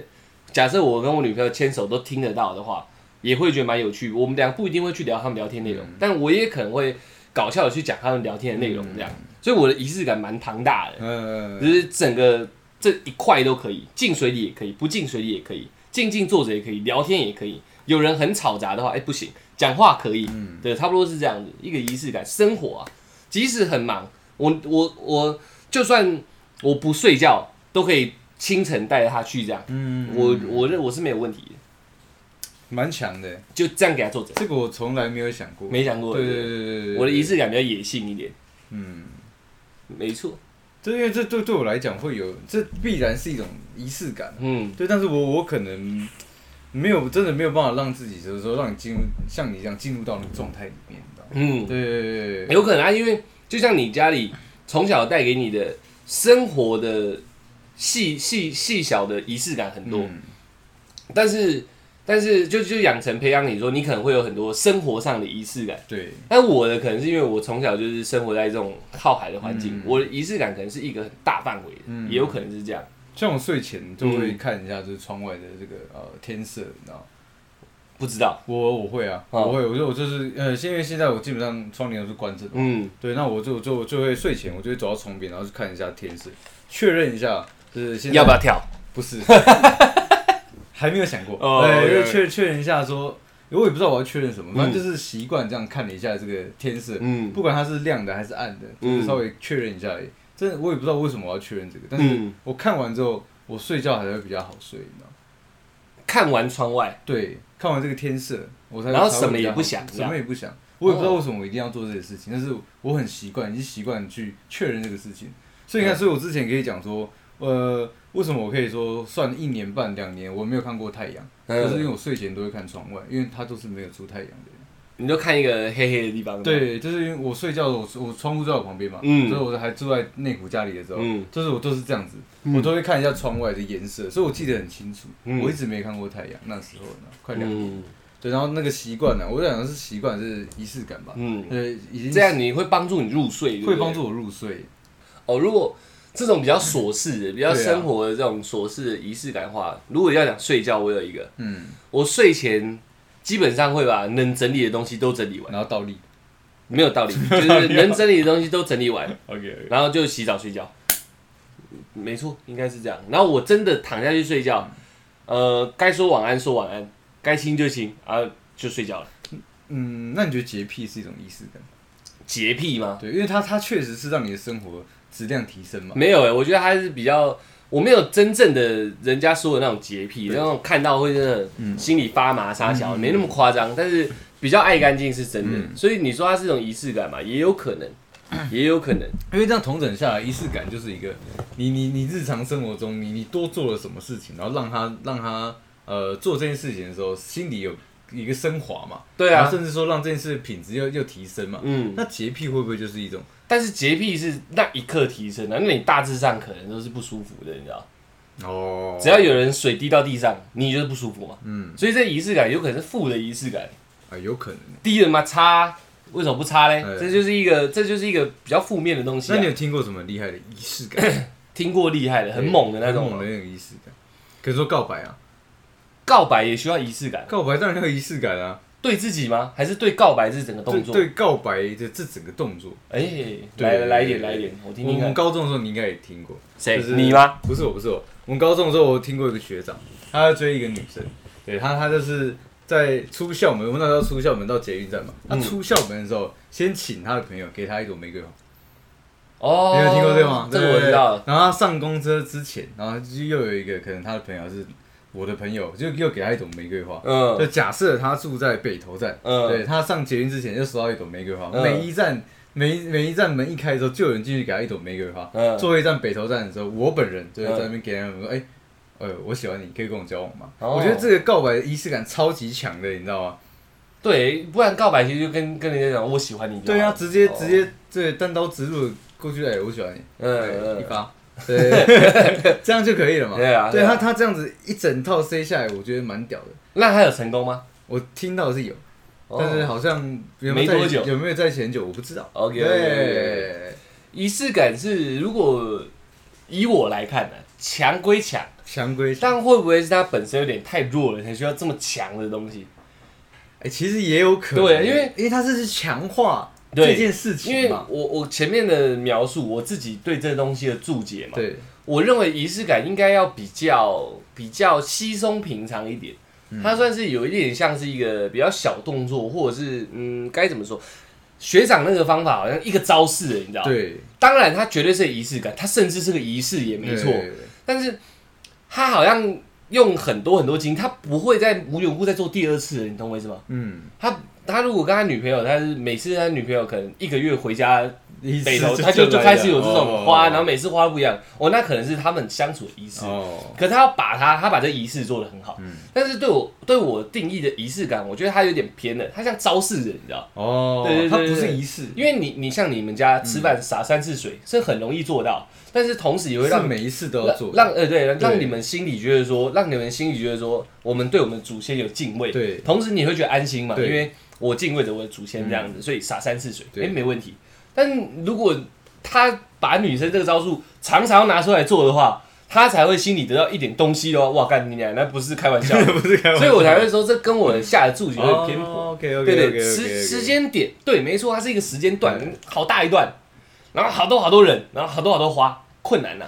Speaker 1: 假设我跟我女朋友牵手都听得到的话，也会觉得蛮有趣。我们俩不一定会去聊他们聊天内容，但我也可能会搞笑的去讲他们聊天的内容，这样。所以我的仪式感蛮庞大的，
Speaker 2: 呃，
Speaker 1: 就是整个这一块都可以，进水里也可以，不进水里也可以，静静坐着也可以，聊天也可以。有人很吵杂的话，哎、不行，讲话可以，
Speaker 2: 嗯
Speaker 1: 对，差不多是这样子一个仪式感。生活啊，即使很忙，我我我就算我不睡觉，都可以清晨带着他去这样。
Speaker 2: 嗯，
Speaker 1: 我我认我是没有问题的，
Speaker 2: 蛮强的。
Speaker 1: 就这样给他坐着，
Speaker 2: 这个我从来没有想过，
Speaker 1: 没想过。
Speaker 2: 对对对对对，
Speaker 1: 我的仪
Speaker 2: 思。
Speaker 1: 式感比较野性一点，
Speaker 2: 嗯，
Speaker 1: 没错，
Speaker 2: 这因为这对对我来讲会有，这必然是一种仪式感。
Speaker 1: 嗯，
Speaker 2: 对，但是我我可能没有真的没有办法让自己，就是说让你进入像你这样进入到那个状态里面，你知道吗？
Speaker 1: 嗯
Speaker 2: 对。对对对对，
Speaker 1: 有可能啊，因为就像你家里从小带给你的生活的细细细小的仪式感很多，
Speaker 2: 嗯
Speaker 1: 但是但是就就养成培养你说，你可能会有很多生活上的仪式感。
Speaker 2: 对，
Speaker 1: 但我的可能是因为我从小就是生活在这种靠海的环境，
Speaker 2: 嗯
Speaker 1: 我的仪式感可能是一个很大范围的，也有可能是这样。
Speaker 2: 像我睡前就会看一下就是窗外的这个呃天色，你知道吗。
Speaker 1: 不知道，
Speaker 2: 我我会啊，
Speaker 1: 哦
Speaker 2: 我会，我就我就是呃，因为现在我基本上窗帘都是关着的，
Speaker 1: 嗯，
Speaker 2: 对，那我就就我就会睡前我就会走到床边，然后去看一下天色，确认一下就是现在
Speaker 1: 要不要跳？
Speaker 2: 不是， *laughs* 还没有想过，
Speaker 1: 哦
Speaker 2: 对，
Speaker 1: 对
Speaker 2: 就确确认一下说，我也不知道我要确认什么，
Speaker 1: 嗯
Speaker 2: 反正就是习惯这样看了一下这个天色，
Speaker 1: 嗯
Speaker 2: 不管它是亮的还是暗的，
Speaker 1: 嗯
Speaker 2: 就是稍微确认一下而已。真的我也不知道为什么我要确认这个，但是
Speaker 1: 嗯
Speaker 2: 我看完之后，我睡觉还会比较好睡，你知道吗？
Speaker 1: 看完窗外，
Speaker 2: 对，看完这个天色，我才
Speaker 1: 然后
Speaker 2: 才会
Speaker 1: 什么
Speaker 2: 比较
Speaker 1: 也不
Speaker 2: 好
Speaker 1: 想这
Speaker 2: 什
Speaker 1: 样哦
Speaker 2: 么也不想。我也不知道为什么我一定要做这些事情，但是我很习惯，已经习惯去确认这个事情。所以你看，
Speaker 1: 嗯
Speaker 2: 所以我之前可以讲说，呃，为什么我可以说算一年半两年我没有看过太阳，
Speaker 1: 嗯
Speaker 2: 就是因为我睡前都会看窗外，因为它都是没有出太阳的。
Speaker 1: 你就看一个黑黑的地方。，
Speaker 2: 对，就是因为我睡觉的时候，我我窗户就在我旁边嘛，
Speaker 1: 嗯
Speaker 2: 所以我还住在内湖家里的时候，
Speaker 1: 嗯
Speaker 2: 就是我都是这样子，我都会看一下窗外的颜色，所以我记得很清楚，
Speaker 1: 嗯
Speaker 2: 我一直没看过太阳，那时候呢，快两年
Speaker 1: 嗯
Speaker 2: 对，然后那个习惯呢，我在想是习惯是仪式感吧，
Speaker 1: 嗯，
Speaker 2: 呃，已经
Speaker 1: 这样你会帮助你入睡，对不
Speaker 2: 会
Speaker 1: 对
Speaker 2: 帮助我入睡。
Speaker 1: 哦。如果这种比较琐事的、比较
Speaker 2: 对啊
Speaker 1: 生活的这种琐事的仪式感的话，如果要讲睡觉，我有一个，
Speaker 2: 嗯，
Speaker 1: 我睡前基本上会把能整理的东西都整理完，
Speaker 2: 然后倒立。
Speaker 1: 没有道
Speaker 2: *laughs*
Speaker 1: 理，就是能整理的东西都整理完，
Speaker 2: OK，
Speaker 1: 然后就洗澡睡觉。没错，应该是这样。然后我真的躺下去睡觉，呃，该说晚安说晚安，该亲就亲，然后就睡觉了。
Speaker 2: 嗯，那你觉得洁癖是一种仪式感？
Speaker 1: 洁癖吗？
Speaker 2: 对，因为它它确实是让你的生活质量提升嘛。
Speaker 1: 没有哎、我觉得还是比较，我没有真正的人家说的那种洁癖，
Speaker 2: 对嗯
Speaker 1: 那种看到会真的心里发麻撒小，没那么夸张，但是比较爱干净是真的。所以你说它是一种仪式感嘛，也有可能，
Speaker 2: *clears throat*
Speaker 1: 也有可能。
Speaker 2: 因为这样统整下来，仪式感就是一个你你你日常生活中你你多做了什么事情，然后让他让他呃做这件事情的时候，心里有一个升华嘛。
Speaker 1: 对
Speaker 2: 然后
Speaker 1: 啊，
Speaker 2: 甚至说让这件事的品质又又提升嘛。
Speaker 1: 嗯。
Speaker 2: 那洁癖会不会就是一种？
Speaker 1: 但是洁癖是那一刻提升的、那你大致上可能都是不舒服的，你知道？
Speaker 2: 哦
Speaker 1: 只要有人水滴到地上，你就是不舒服嘛。
Speaker 2: 嗯
Speaker 1: 所以这仪式感有可能是负的仪式感，
Speaker 2: 啊，有可能。
Speaker 1: 低了嘛擦，为什么不擦嘞？
Speaker 2: 哎
Speaker 1: 这就是一个这就是一个比较负面的东西、
Speaker 2: 那
Speaker 1: 啊
Speaker 2: 你。有听过什么厉害的仪式感？
Speaker 1: 听过厉害的、 *laughs* 很猛的那
Speaker 2: 很
Speaker 1: 种啊
Speaker 2: 猛的
Speaker 1: 吗，
Speaker 2: 那种仪式感。可以说告白啊，
Speaker 1: 告白也需要仪式感，
Speaker 2: 告白当然要仪式感啊。
Speaker 1: 对自己吗？还是对告白这整个
Speaker 2: 对
Speaker 1: 动作？
Speaker 2: 对，告白的这整个动作，
Speaker 1: 哎、
Speaker 2: 对
Speaker 1: 来
Speaker 2: 对
Speaker 1: 来一
Speaker 2: 对
Speaker 1: 点，来一点，我听
Speaker 2: 我
Speaker 1: 听
Speaker 2: 们
Speaker 1: 看。
Speaker 2: 高中的时候你应该也听过，
Speaker 1: 谁？
Speaker 2: 就是
Speaker 1: 你吗？？
Speaker 2: 不是我，不是我。我们高中的时候，我听过一个学长，他在追一个女生，对他，他就是在出校门，我们那时候出校门到捷运站嘛，他
Speaker 1: 嗯
Speaker 2: 出校门的时候，先请他的朋友给他一朵玫瑰花，
Speaker 1: 哦，
Speaker 2: 你有听过这个吗？
Speaker 1: 这个我知道了。
Speaker 2: 对。对对然后他上公车之前，然后就又有一个可能他的朋友是我的朋友，就又给他一朵玫瑰花， *laughs* 就
Speaker 1: 嗯，
Speaker 2: 假设他住在北投站，
Speaker 1: 嗯
Speaker 2: 对他上捷运之前就收到一朵玫瑰花，
Speaker 1: 嗯
Speaker 2: 每一站每一每一站门一开的时候，就有人进去给他一朵玫瑰花。
Speaker 1: 嗯
Speaker 2: 最后一站北投站的时候，我本人就会在那边给他们说，哎、呃，我喜欢你，可以跟我交往吗？
Speaker 1: 哦
Speaker 2: 我觉得这个告白的仪式感超级强的，你知道吗？
Speaker 1: 对，不然告白其实就跟跟人家讲我喜欢你就好了。
Speaker 2: 对啊，直接
Speaker 1: 哦
Speaker 2: 直接对单刀直入地过去，哎、我喜欢你，
Speaker 1: 嗯
Speaker 2: 对一
Speaker 1: 嗯，
Speaker 2: 发，对，
Speaker 1: *laughs*
Speaker 2: 这样就可以了嘛。
Speaker 1: 对啊
Speaker 2: 对
Speaker 1: 对啊
Speaker 2: 他他这样子一整套塞下来，我觉得蛮屌的。
Speaker 1: 那他有成功吗？
Speaker 2: 我听到的是有。但是
Speaker 1: 哦
Speaker 2: 好像有
Speaker 1: 没
Speaker 2: 有在
Speaker 1: 多久
Speaker 2: 有没有在一起很久，我不知道。
Speaker 1: OK，OK，OK
Speaker 2: 对，
Speaker 1: 仪式感是，如果以我来看呢、强归强，
Speaker 2: 强归强。
Speaker 1: 但会不会是他本身有点太弱了，才需要这么强的东西？
Speaker 2: 哎、其实也有可能，
Speaker 1: 对因为
Speaker 2: 因为它这是强化
Speaker 1: 对
Speaker 2: 这件事
Speaker 1: 因为
Speaker 2: 情
Speaker 1: 我
Speaker 2: 嘛，
Speaker 1: 我前面的描述，我自己对这东西的注解嘛，
Speaker 2: 对，
Speaker 1: 我认为仪式感应该要比较比较稀松平常一点，
Speaker 2: 嗯
Speaker 1: 它算是有一点像是一个比较小动作，或者是嗯该怎么说？学长那个方法好像一个招式，你知道？，
Speaker 2: 对，
Speaker 1: 当然它绝对是仪式感，它甚至是个仪式也没错。
Speaker 2: 对
Speaker 1: 但是他好像用很多很多精力，他不会再无缘无故再做第二次了，你懂我意思吗？
Speaker 2: 嗯，
Speaker 1: 他他如果跟他女朋友，他是每次他女朋友可能一个月回家
Speaker 2: 一
Speaker 1: 北
Speaker 2: 次
Speaker 1: 头，他就啊就
Speaker 2: 来
Speaker 1: 开始有
Speaker 2: 了
Speaker 1: 这种花，然后每次花不一样，哦，那可能是他们相处的仪式。
Speaker 2: 哦，
Speaker 1: 可他要把他，他把这仪式做得很好，
Speaker 2: 嗯
Speaker 1: 但是对我对我定义的仪式感，我觉得他有点偏了，他像招式人，你知道？
Speaker 2: 哦
Speaker 1: 对对对，
Speaker 2: 它不
Speaker 1: 对
Speaker 2: 是
Speaker 1: 对
Speaker 2: 仪式，
Speaker 1: 因为你你像你们家吃饭洒三次水、是很容易做到，但是同时也会
Speaker 2: 嗯是
Speaker 1: 让
Speaker 2: 每一次都要
Speaker 1: 让
Speaker 2: 做的，
Speaker 1: 让呃对，让
Speaker 2: 对
Speaker 1: 你们心里觉得说，让你们心里觉得说，我们对我们的祖先有敬畏，
Speaker 2: 对
Speaker 1: 同时你会觉得安心嘛，
Speaker 2: 对嗯
Speaker 1: 因为我敬畏着我的祖先这样子，所以洒三次水，哎、
Speaker 2: 对
Speaker 1: 没问题。但如果他把女生这个招数常常拿出来做的话，他才会心里得到一点东西的话，哇，干你俩那不是开玩
Speaker 2: *laughs*
Speaker 1: 笑，
Speaker 2: 不是开玩
Speaker 1: 所
Speaker 2: 笑，哦
Speaker 1: 以我才会说这跟我下的注解有点偏颇。
Speaker 2: OK OK
Speaker 1: 对
Speaker 2: OK
Speaker 1: 对
Speaker 2: OK，
Speaker 1: 时时间点，对，没错，它是一个时间段，好大一段，然后好多好多人，然后好多好多花，困难呐、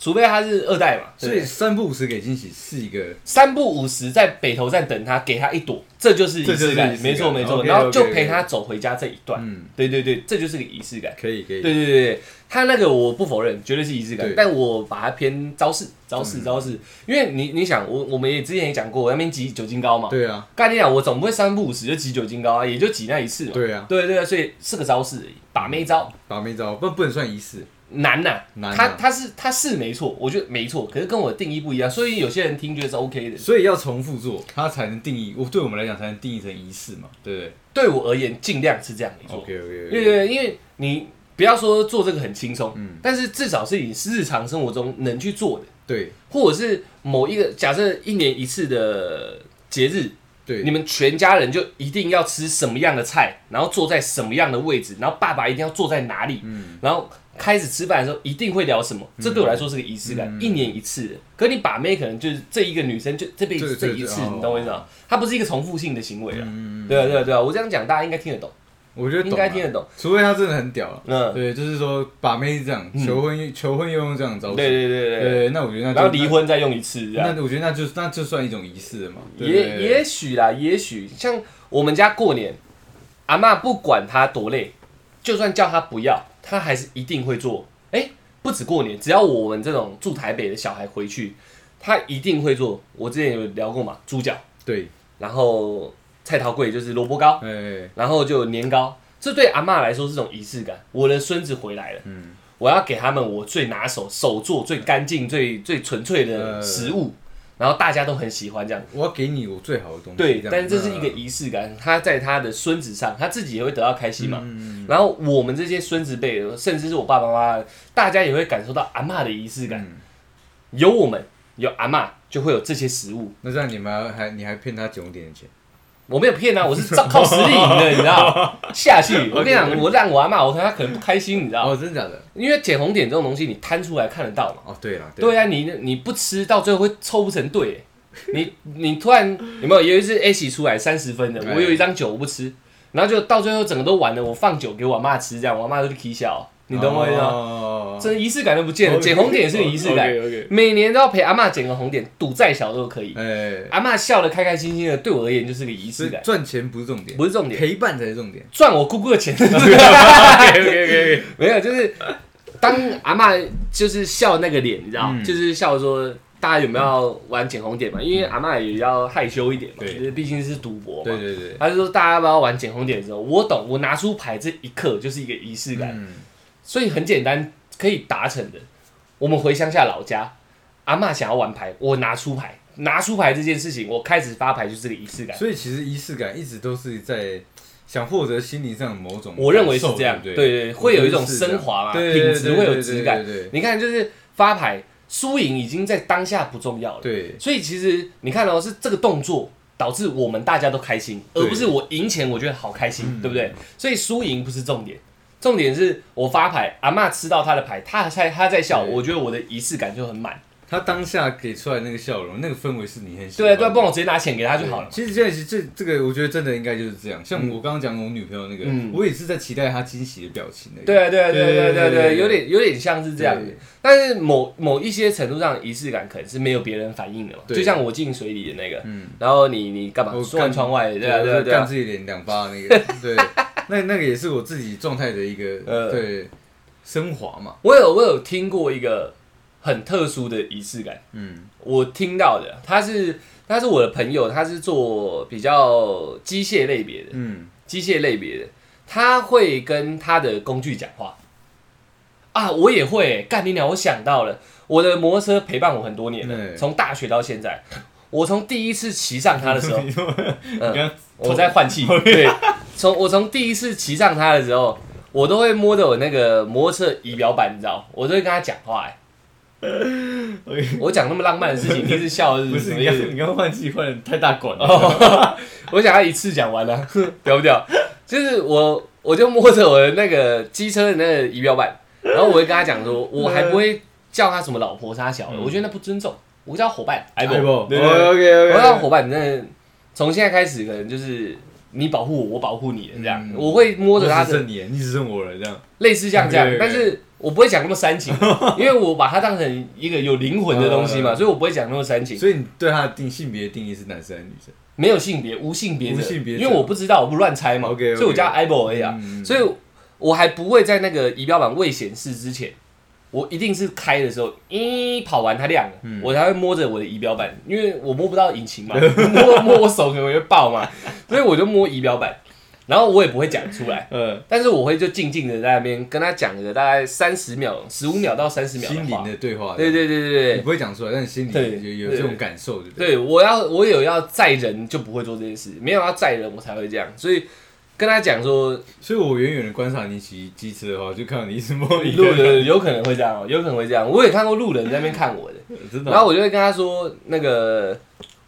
Speaker 1: 除非他是二代嘛，
Speaker 2: 所
Speaker 1: 对
Speaker 2: 以三不五时给惊喜是一个
Speaker 1: 三不五时在北投站等他，给他一朵，这就是仪
Speaker 2: 这就是
Speaker 1: 式感
Speaker 2: 仪，式
Speaker 1: 没错
Speaker 2: 感
Speaker 1: 没错，
Speaker 2: OK，
Speaker 1: 然后就
Speaker 2: OK，OK
Speaker 1: 陪他走回家这一段，
Speaker 2: 嗯，
Speaker 1: 对对对，这就是个仪式感，
Speaker 2: 可以可以，
Speaker 1: 对对对对，他那个我不否认，绝对是仪式感
Speaker 2: 对，
Speaker 1: 但我把它偏招式招式招式，因为你你想我我们也之前也讲过，我那边挤酒精膏嘛，
Speaker 2: 对啊
Speaker 1: 概念啊，我总不会三不五时就挤酒精膏啊，也就挤那一次嘛。
Speaker 2: 对啊，
Speaker 1: 对对啊，所以是个招式而已，把妹招
Speaker 2: 把妹招不不能算仪式，
Speaker 1: 难呐、
Speaker 2: 难啊
Speaker 1: 他他是他是没错，我觉得没错，可是跟我的定义不一样，所以有些人听觉得是 OK 的。
Speaker 2: 所以要重复做，它才能定义，我对我们来讲才能定义成仪式嘛，对不对
Speaker 1: 对我而言，尽量是这样没错。
Speaker 2: ？OK OK，
Speaker 1: 对对，对因为你不要说做这个很轻松，
Speaker 2: 嗯
Speaker 1: 但是至少是你日常生活中能去做的，
Speaker 2: 对
Speaker 1: 或者是某一个假设一年一次的节日，
Speaker 2: 对，
Speaker 1: 你们全家人就一定要吃什么样的菜，然后坐在什么样的位置，然后爸爸一定要坐在哪里，
Speaker 2: 嗯
Speaker 1: 然后开始吃饭的时候一定会聊什么，这对我来说是个仪式感，
Speaker 2: 嗯
Speaker 1: 一年一次的。可你把妹可能就是这一个女生就这辈子
Speaker 2: 对
Speaker 1: 这
Speaker 2: 对
Speaker 1: 一次，
Speaker 2: 对
Speaker 1: 你懂我意思吗？它不是一个重复性的行为啊。
Speaker 2: 嗯，
Speaker 1: 对啊，对啊，对啊，我这样讲大家应该听得懂，
Speaker 2: 我觉得啊
Speaker 1: 应该听得懂。
Speaker 2: 除非他真的很屌了。
Speaker 1: 嗯，
Speaker 2: 对，就是说把妹是这样，求婚求婚又用这样的招
Speaker 1: 对
Speaker 2: 数，
Speaker 1: 对对对对，
Speaker 2: 对，那我觉得那就
Speaker 1: 然后离，婚再用一次这样。
Speaker 2: 那我觉得那就那就算一种仪式了嘛，对不
Speaker 1: 也
Speaker 2: 对
Speaker 1: 也许啦，也许像我们家过年，阿嬷不管她多累，就算叫她不要，她还是一定会做。哎、不止过年，只要我们这种住台北的小孩回去，她一定会做。我之前有聊过嘛，猪脚，
Speaker 2: 对，
Speaker 1: 然后菜桃粿就是萝卜糕，
Speaker 2: 哎，
Speaker 1: 然后就有年糕，这对阿嬷来说是种仪式感。我的孙子回来了，
Speaker 2: 嗯，
Speaker 1: 我要给他们我最拿手、手做最干净、最最纯粹的
Speaker 2: 呃
Speaker 1: 食物，然后大家都很喜欢这样。
Speaker 2: 我要给你我最好的东西，
Speaker 1: 对，
Speaker 2: 样
Speaker 1: 但是这是一个
Speaker 2: 嗯
Speaker 1: 仪式感，他在他的孙子上，他自己也会得到开心嘛。
Speaker 2: 嗯
Speaker 1: 然后我们这些孙子辈，甚至是我爸爸妈妈，大家也会感受到阿嬷的仪式感。
Speaker 2: 嗯
Speaker 1: 有我们，有阿嬷，就会有这些食物。
Speaker 2: 那这样你们还你还骗他九点的钱，
Speaker 1: 我没有骗啊，我
Speaker 2: *laughs*
Speaker 1: 是照靠实力赢的，你知道？下去，我跟你讲，我让我阿嬷，我看她可能不开心，你知道？
Speaker 2: 哦，真的假的？
Speaker 1: 因为捡红点这种东西，你摊出来看得到嘛。
Speaker 2: 哦，对了，
Speaker 1: 对啊，你你不吃到最后会凑不成对欸，你你突然有没有有一次 A 起出来三十分的，
Speaker 2: 哎
Speaker 1: 我有一张酒我不吃，然后就到最后整个都完了，我放酒给我妈吃，这样我妈就踢笑，你懂我意思
Speaker 2: 哦
Speaker 1: 吗？
Speaker 2: 吗
Speaker 1: 这仪式感都不见了，捡红点也是个仪式感，
Speaker 2: OK，
Speaker 1: 每年都要陪阿嬷捡个红点，赌再小都可以。
Speaker 2: 哎，
Speaker 1: 阿嬷笑得开开心心的，对我而言就是个仪式
Speaker 2: 是
Speaker 1: 感，
Speaker 2: 赚钱不是重点，
Speaker 1: 不是重点，
Speaker 2: 陪伴才是
Speaker 1: *laughs*
Speaker 2: 重点。
Speaker 1: 赚我姑姑的钱。
Speaker 2: OK OK OK，
Speaker 1: 没有，就是当阿嬷就是笑那个脸，你知道，
Speaker 2: 嗯
Speaker 1: 就是笑说大家有没有要玩捡红点嘛？因为阿嬷也要害羞一点嘛，
Speaker 2: 对
Speaker 1: 就是毕竟是赌博
Speaker 2: *laughs* 对
Speaker 1: 嘛。
Speaker 2: 对对，
Speaker 1: 他就说大家要不要玩捡红点的时候，我懂，我拿出牌这一刻就是一个仪式感，
Speaker 2: 嗯，
Speaker 1: 所以很简单可以达成的。我们回乡下老家，阿嬷想要玩牌，我拿出牌，拿出牌这件事情，我开始发牌就是个仪式感。
Speaker 2: 所以其实仪式感一直都是在想获得心灵上某种感受，
Speaker 1: 我认为是这样，对
Speaker 2: 对不
Speaker 1: 对
Speaker 2: 对
Speaker 1: 对，会有一种
Speaker 2: 我觉得是这样
Speaker 1: 升华嘛，
Speaker 2: 对对
Speaker 1: 品质会有
Speaker 2: 对
Speaker 1: 质感。
Speaker 2: 对对
Speaker 1: 你看，就是发牌输赢已经在当下不重要了。，
Speaker 2: 对
Speaker 1: 所以其实你看哦，是这个动作导致我们大家都开心，
Speaker 2: 对
Speaker 1: 而不是我赢钱我觉得好开心，对不对？所以输赢不是重点，重点是我发牌，阿嬷吃到她的牌，她在她在笑，
Speaker 2: 对
Speaker 1: 我觉得我的仪式感就很满。
Speaker 2: 他当下给出来那个笑容，那个氛围是你很喜
Speaker 1: 对
Speaker 2: 欢
Speaker 1: 啊，
Speaker 2: 的。
Speaker 1: 对啊，不然我直接拿钱给她就好了。
Speaker 2: 其实现在其实这这个，我觉得真的应该就是这样。像我刚刚讲我女朋友那个，
Speaker 1: 嗯
Speaker 2: 我也是在期待她惊喜的表情的。
Speaker 1: 对啊，对啊，对啊
Speaker 2: 对
Speaker 1: 对啊对啊
Speaker 2: 对
Speaker 1: 对啊，
Speaker 2: 对
Speaker 1: 有点有点像是这样
Speaker 2: 对
Speaker 1: 但是某某一些程度上的仪式感可能是没有别人反应的嘛，
Speaker 2: 对
Speaker 1: 就像我进水里的那个，
Speaker 2: 嗯
Speaker 1: 然后你你干嘛
Speaker 2: 我
Speaker 1: 说完
Speaker 2: 干
Speaker 1: 窗外，对啊对
Speaker 2: 就
Speaker 1: 啊
Speaker 2: 是
Speaker 1: 对啊
Speaker 2: 干，自己脸两
Speaker 1: *laughs*
Speaker 2: 巴那个，对，那那个也是我自己状态的一个
Speaker 1: 呃
Speaker 2: 对升华嘛。
Speaker 1: 我有我有听过一个很特殊的仪式感，
Speaker 2: 嗯，
Speaker 1: 我听到的，他是他是我的朋友，他是做比较机械类别的，
Speaker 2: 嗯，
Speaker 1: 机械类别的，他会跟他的工具讲话。啊，我也会、干你娘！我想到了，我的摩托车陪伴我很多年了，
Speaker 2: 对
Speaker 1: 从大学到现在。我从第一次骑上它的时候，
Speaker 2: *laughs* 你说
Speaker 1: 嗯
Speaker 2: 刚
Speaker 1: 我在换气。对，从我从第一次骑上它的时候，我都会摸着我那个摩托车仪表板，你知道，我都会跟他讲话、欸。我讲那么浪漫的事情，你是笑的
Speaker 2: *laughs* *laughs* 不
Speaker 1: 是什
Speaker 2: 是
Speaker 1: 么
Speaker 2: 你
Speaker 1: 意
Speaker 2: 刚
Speaker 1: 思？
Speaker 2: 你刚换气换得太大管了，
Speaker 1: 我想要一次讲完了、啊 *laughs* 屌不屌？就是我，我就摸着我的那个机车的那个仪表板，然后我会跟他讲
Speaker 2: *laughs*
Speaker 1: 说，我还不会叫他什么老婆、啥小的，
Speaker 2: 嗯
Speaker 1: 我觉得那不尊重，我叫伙伴，哎
Speaker 2: 哎不
Speaker 1: 对对对
Speaker 2: ，OK
Speaker 1: 我让
Speaker 2: OK，
Speaker 1: 伙伴，那从现在开始，可能就是你保护我，我保护你的这样，
Speaker 2: 嗯
Speaker 1: 我会摸着他
Speaker 2: 只
Speaker 1: 的
Speaker 2: 剩你，你只剩我了，这样
Speaker 1: 类似像这样
Speaker 2: 对，对对
Speaker 1: 但是我不会讲那么煽
Speaker 2: *laughs*
Speaker 1: 情，因为我把它当成一个有灵魂的东西嘛，
Speaker 2: 嗯
Speaker 1: 所以我不会讲那么煽情。
Speaker 2: 所以你对他的定性别定义是男生还是女生？
Speaker 1: 没有性别，无性别者，
Speaker 2: 无性别者
Speaker 1: 因为我不知道，我不乱猜嘛
Speaker 2: OK，OK
Speaker 1: 所以我叫 i b o 而已啊，
Speaker 2: 嗯
Speaker 1: 所以我还不会在那个仪表板未显示之前，我一定是开的时候，咦，跑完它亮了，
Speaker 2: 嗯
Speaker 1: 我才会摸着我的仪表板，因为我摸不到引擎嘛，摸摸我手可
Speaker 2: *laughs*
Speaker 1: 能会爆嘛，所以我就摸仪表板，然后我也不会讲出来。
Speaker 2: 呃，
Speaker 1: 但是我会就静静的在那边跟他讲个大概三十秒、十五秒到三十秒
Speaker 2: 心
Speaker 1: 话
Speaker 2: 灵，的对话，
Speaker 1: 对对对对
Speaker 2: 你
Speaker 1: 对，
Speaker 2: 不会讲出来，但你心里
Speaker 1: 对
Speaker 2: 有有
Speaker 1: 对
Speaker 2: 这种感受，对不对？
Speaker 1: 对我要我有要载人就不会做这件事，没有要载人我才会这样，所以跟他讲说，
Speaker 2: 所以我远远的观察你骑机车的话，就看到你一直摸一
Speaker 1: 路
Speaker 2: 个人，
Speaker 1: 人有可能会这样哦，有可能会这样，我也看过路人在那边看我的，
Speaker 2: *laughs* 真的哦。
Speaker 1: 然后我就会跟他说，那个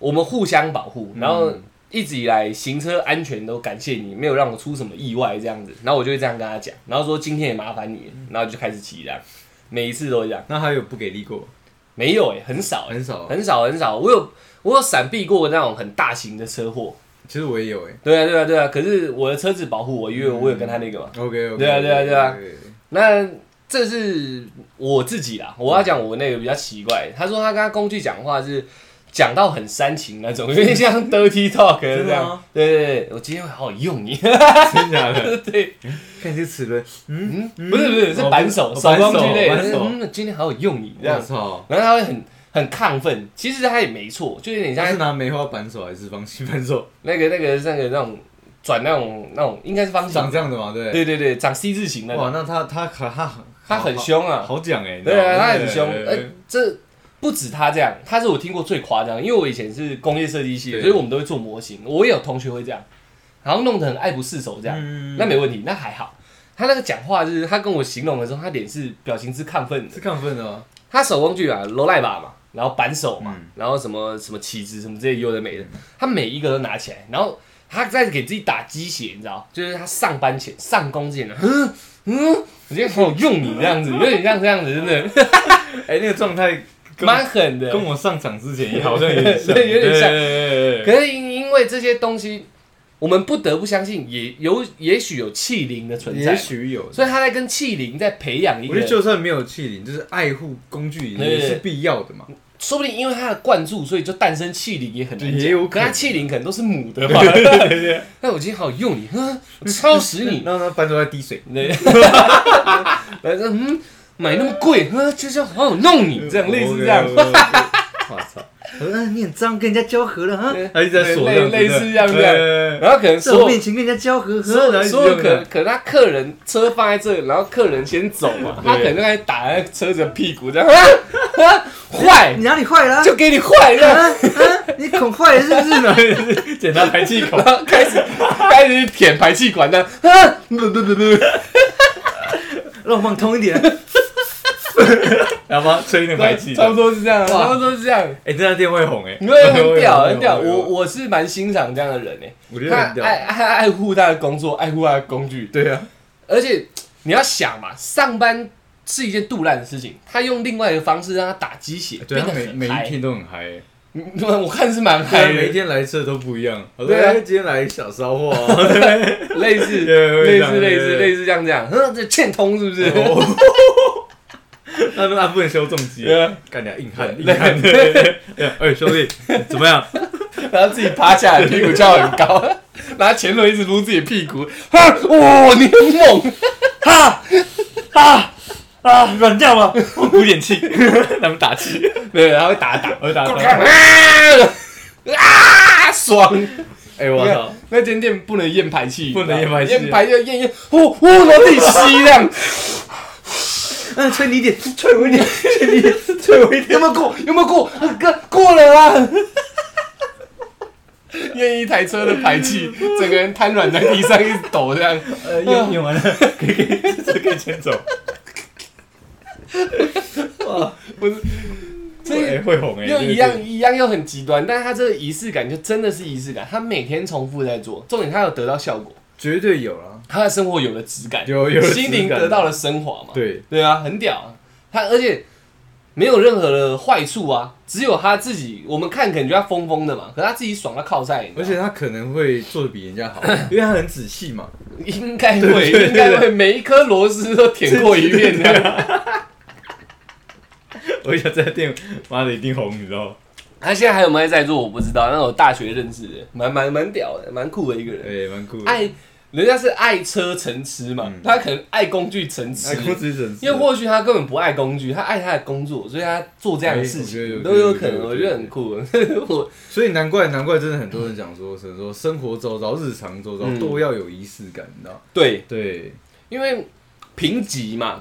Speaker 1: 我们互相保护，然后一直以来行车安全都感谢你，没有让我出什么意外这样子。然后我就会这样跟他讲，然后说今天也麻烦你，
Speaker 2: 嗯
Speaker 1: 然后就开始骑这样，每一次都会这样。
Speaker 2: 那还有不给力过，
Speaker 1: 没有哎、很少哎、
Speaker 2: 很少。
Speaker 1: 很少很少。我有我有闪避过那种很大型的车祸，
Speaker 2: 其实我也有哎。
Speaker 1: 对啊对啊对啊。可是我的车子保护我，因为我有跟他那个嘛。
Speaker 2: OK OK。
Speaker 1: 对啊对啊对啊
Speaker 2: 对。
Speaker 1: 那这是我自己啦，我要讲我那个比较奇怪。他说他跟他工具讲话是讲到很煽情那种，有 *laughs* 点像 dirty talk 这
Speaker 2: 真的
Speaker 1: 样
Speaker 2: 吗。
Speaker 1: 对对对，我今天会好好用你。 *laughs*
Speaker 2: 真假 *laughs* 的？
Speaker 1: 对，
Speaker 2: 看你这啊齿轮，
Speaker 1: 嗯，不是不是，是
Speaker 2: 哦
Speaker 1: 扳手
Speaker 2: 不是
Speaker 1: 手工具类
Speaker 2: 扳
Speaker 1: 的。
Speaker 2: 手扳
Speaker 1: 嗯，今天好好用你这
Speaker 2: 我
Speaker 1: 样，
Speaker 2: 操！
Speaker 1: 然后他会很很亢奋。其实他也没错，就有点像
Speaker 2: 他是拿梅花扳手还是方形扳手？
Speaker 1: 那个那个那个那种转那种那种，应该是方
Speaker 2: 长
Speaker 1: 形。
Speaker 2: 这样的嘛，对不对。
Speaker 1: 对对对，长 C 字形的，
Speaker 2: 哇，那他他可他
Speaker 1: 他很，凶
Speaker 2: 好
Speaker 1: 啊。
Speaker 2: 好讲哎。你知道
Speaker 1: 对
Speaker 2: 吗
Speaker 1: 啊，他很凶。
Speaker 2: 对哎
Speaker 1: 呃，这不止他这样，他是我听过最夸张。因为我以前是工业设计系的，
Speaker 2: 对
Speaker 1: 所以我们都会做模型。我也有同学会这样，然后弄得很爱不释手这样，
Speaker 2: 嗯
Speaker 1: 那没问题，那还好。他那个讲话就是，他跟我形容的时候，他脸是表情是亢奋的。
Speaker 2: 是亢奋的哦吗？
Speaker 1: 他手工具啊，罗赖把嘛，然后扳手嘛，
Speaker 2: 嗯
Speaker 1: 然后什么什么旗子什么这些有的没的，他每一个都拿起来，然后他在给自己打鸡血，你知道，就是他上班前上工之前 *laughs* 呢，嗯嗯，我今天好有用你这样子，有点像这样子，真的
Speaker 2: 哎，那个状态跟
Speaker 1: *laughs* 蛮狠的。
Speaker 2: 跟我上场之 *laughs* 前也好像有点像，
Speaker 1: 对有点像
Speaker 2: 对对对对
Speaker 1: 可是因因为这些东西，我们不得不相信，也有也许有气灵的存
Speaker 2: 对
Speaker 1: 在
Speaker 2: 也，许有，
Speaker 1: 所以他在跟气灵在培养一
Speaker 2: 我觉得
Speaker 1: 个，
Speaker 2: 就算没有气灵，就是爱护工具
Speaker 1: 对对
Speaker 2: 也
Speaker 1: 对
Speaker 2: 是必要的嘛。
Speaker 1: 说不定因为他的灌注，所以就诞生气灵也很难
Speaker 2: 对
Speaker 1: 讲，
Speaker 2: 也有可
Speaker 1: 可
Speaker 2: 能
Speaker 1: 他气灵可能都是母的嘛。 *laughs* 那我今天好用你，哼，我超死你！
Speaker 2: 让它搬出来滴水，
Speaker 1: 对，反正嗯，买那么贵，哼，就是要好好弄你，这样类似这样
Speaker 2: OK，OK，OK，OK。我哦
Speaker 1: *laughs*
Speaker 2: 操！我
Speaker 3: 呃
Speaker 2: 说你很脏，跟人家交合了
Speaker 3: 啊
Speaker 2: 哈
Speaker 1: 对，
Speaker 2: 他一直在说
Speaker 1: 类
Speaker 2: 这样子
Speaker 1: 类似这样
Speaker 2: 对
Speaker 1: 这样
Speaker 2: 对对对
Speaker 1: 然后可能
Speaker 2: 在我
Speaker 1: 说
Speaker 2: 面前跟人家交合，呵，
Speaker 1: 说
Speaker 2: 然后一直
Speaker 1: 所有
Speaker 2: 这
Speaker 1: 可
Speaker 2: 样
Speaker 1: 可能他客人车放在这里，然后客人先走嘛，
Speaker 2: 对
Speaker 1: 他可能在打在车子的屁股这样，啊啊坏
Speaker 3: 你哪里坏了啊？
Speaker 1: 就给你坏这
Speaker 3: 啊
Speaker 1: 样，
Speaker 3: 啊！你恐坏了是不是？
Speaker 2: 捡到排
Speaker 1: *laughs*
Speaker 2: 气口
Speaker 1: 然，后开始开始舔排气管这样，啊，不不不不，
Speaker 3: 让我放通一点。
Speaker 2: 然后帮他吹那排气。
Speaker 1: 差不多是这样，
Speaker 2: 哇
Speaker 1: 差不多是这样。
Speaker 2: 哎，这家店会红哎，
Speaker 1: 你会很屌
Speaker 2: *laughs* 会
Speaker 1: 很屌，
Speaker 2: 会
Speaker 1: 我
Speaker 2: 会
Speaker 1: 我是蛮欣赏这样的人诶、
Speaker 2: 我觉得
Speaker 1: 他哎
Speaker 2: 很屌。
Speaker 1: 爱爱爱护他的工作，爱护他的工具，
Speaker 2: 对啊，
Speaker 1: 而且你要想嘛，上班是一件杜烂的事情，他用另外一个方式让他打鸡血，
Speaker 2: 对
Speaker 1: 变
Speaker 2: 他
Speaker 1: 得
Speaker 2: 每
Speaker 1: 很
Speaker 2: 每一
Speaker 1: 嗨。
Speaker 2: 天都很嗨欸，
Speaker 1: 嗯 *laughs* 我看是蛮
Speaker 2: 对啊
Speaker 1: 嗨
Speaker 2: 每一
Speaker 1: 的，
Speaker 2: 天来吃的都不一样。我说
Speaker 1: 对啊
Speaker 2: 哎今天来小烧
Speaker 1: *laughs*
Speaker 2: 货啊，
Speaker 1: 类似
Speaker 2: *laughs* 对会
Speaker 1: 类
Speaker 2: 这样
Speaker 1: 似类
Speaker 2: 对哦
Speaker 1: 似
Speaker 2: 对对
Speaker 1: 类似这样这样，哼，这欠通是不是？
Speaker 2: *laughs* 那那不能修重机
Speaker 1: 对啊，
Speaker 2: 干点硬汉，硬
Speaker 1: 对
Speaker 2: 汉。对对对 *laughs* 哎，兄弟，怎么样？
Speaker 1: *laughs* 然后自己趴下来，屁股翘很高， *laughs* 拿前轮一直撸自己的屁股， *laughs* 哈，哇，你很猛，
Speaker 2: 啊，软掉了，我鼓点气， *laughs* 他们打气，
Speaker 1: 对，然后打打，
Speaker 2: 我打
Speaker 1: 啊
Speaker 2: 打。
Speaker 1: *laughs* 啊，爽！
Speaker 2: 哎，我操！
Speaker 1: 那间店不能验排气，
Speaker 2: 不能验排气
Speaker 1: 验排就验验，呼呼，然后自己吸这样，
Speaker 3: 嗯，吹你一点，吹我一点，吹你一点。
Speaker 1: *laughs* 有没有过？有没有过？哥过了啊！验一一台车的排 *laughs* 气，整个人瘫软在地上一直抖这样。
Speaker 2: 呃，用用完了，可以可以，这可以牵走。哇，
Speaker 1: 不是，
Speaker 2: 会会红
Speaker 1: *laughs*
Speaker 2: 哎，
Speaker 1: 又
Speaker 2: 这个
Speaker 1: 一样一样又很极端，但是他这个仪式感就真的是仪式感，他每天重复在做，重点他有得到效果，
Speaker 2: 绝对有啦。
Speaker 1: 他的生活有了质感，
Speaker 2: 有有了
Speaker 1: 心灵
Speaker 2: 质感
Speaker 1: 得到了升华嘛，
Speaker 2: 对，
Speaker 1: 对啊，很屌啊，他而且没有任何的坏处啊，只有他自己，我们看可能觉得他疯疯的嘛，可他自己爽到靠晒，你知
Speaker 2: 而
Speaker 1: 道吗
Speaker 2: 且他可能会做的比人家好，因为他很仔细嘛。
Speaker 1: 应该
Speaker 2: 对
Speaker 1: 会
Speaker 2: 对对
Speaker 1: 应该会每一颗螺丝都舔过一遍这
Speaker 2: *laughs*
Speaker 1: 样。
Speaker 2: 啊我想这家店，妈的一定红，你知道吗？
Speaker 1: 他现在还有没有在做我不知道，那我大学认识的，蛮蛮蛮屌的，蛮酷的一个人。
Speaker 2: 哎，蛮酷的。
Speaker 1: 爱人家是爱车成痴嘛，
Speaker 2: 嗯
Speaker 1: 他可能爱工具成痴
Speaker 2: 哎，，公子整治
Speaker 1: 又或许他根本不爱工具，他爱他的工作，所以他做这样的事
Speaker 2: 哎我觉得
Speaker 1: 情
Speaker 2: 有
Speaker 1: 都有可能，
Speaker 2: 有
Speaker 1: 我
Speaker 2: 有
Speaker 1: 觉得很酷。 *laughs* 我
Speaker 2: 所以难怪难怪，真的很多人讲说，是说生活周遭、日常周遭
Speaker 1: 嗯
Speaker 2: 都要有仪式感，你知道吗？
Speaker 1: 对，
Speaker 2: 对，
Speaker 1: 因为贫瘠嘛，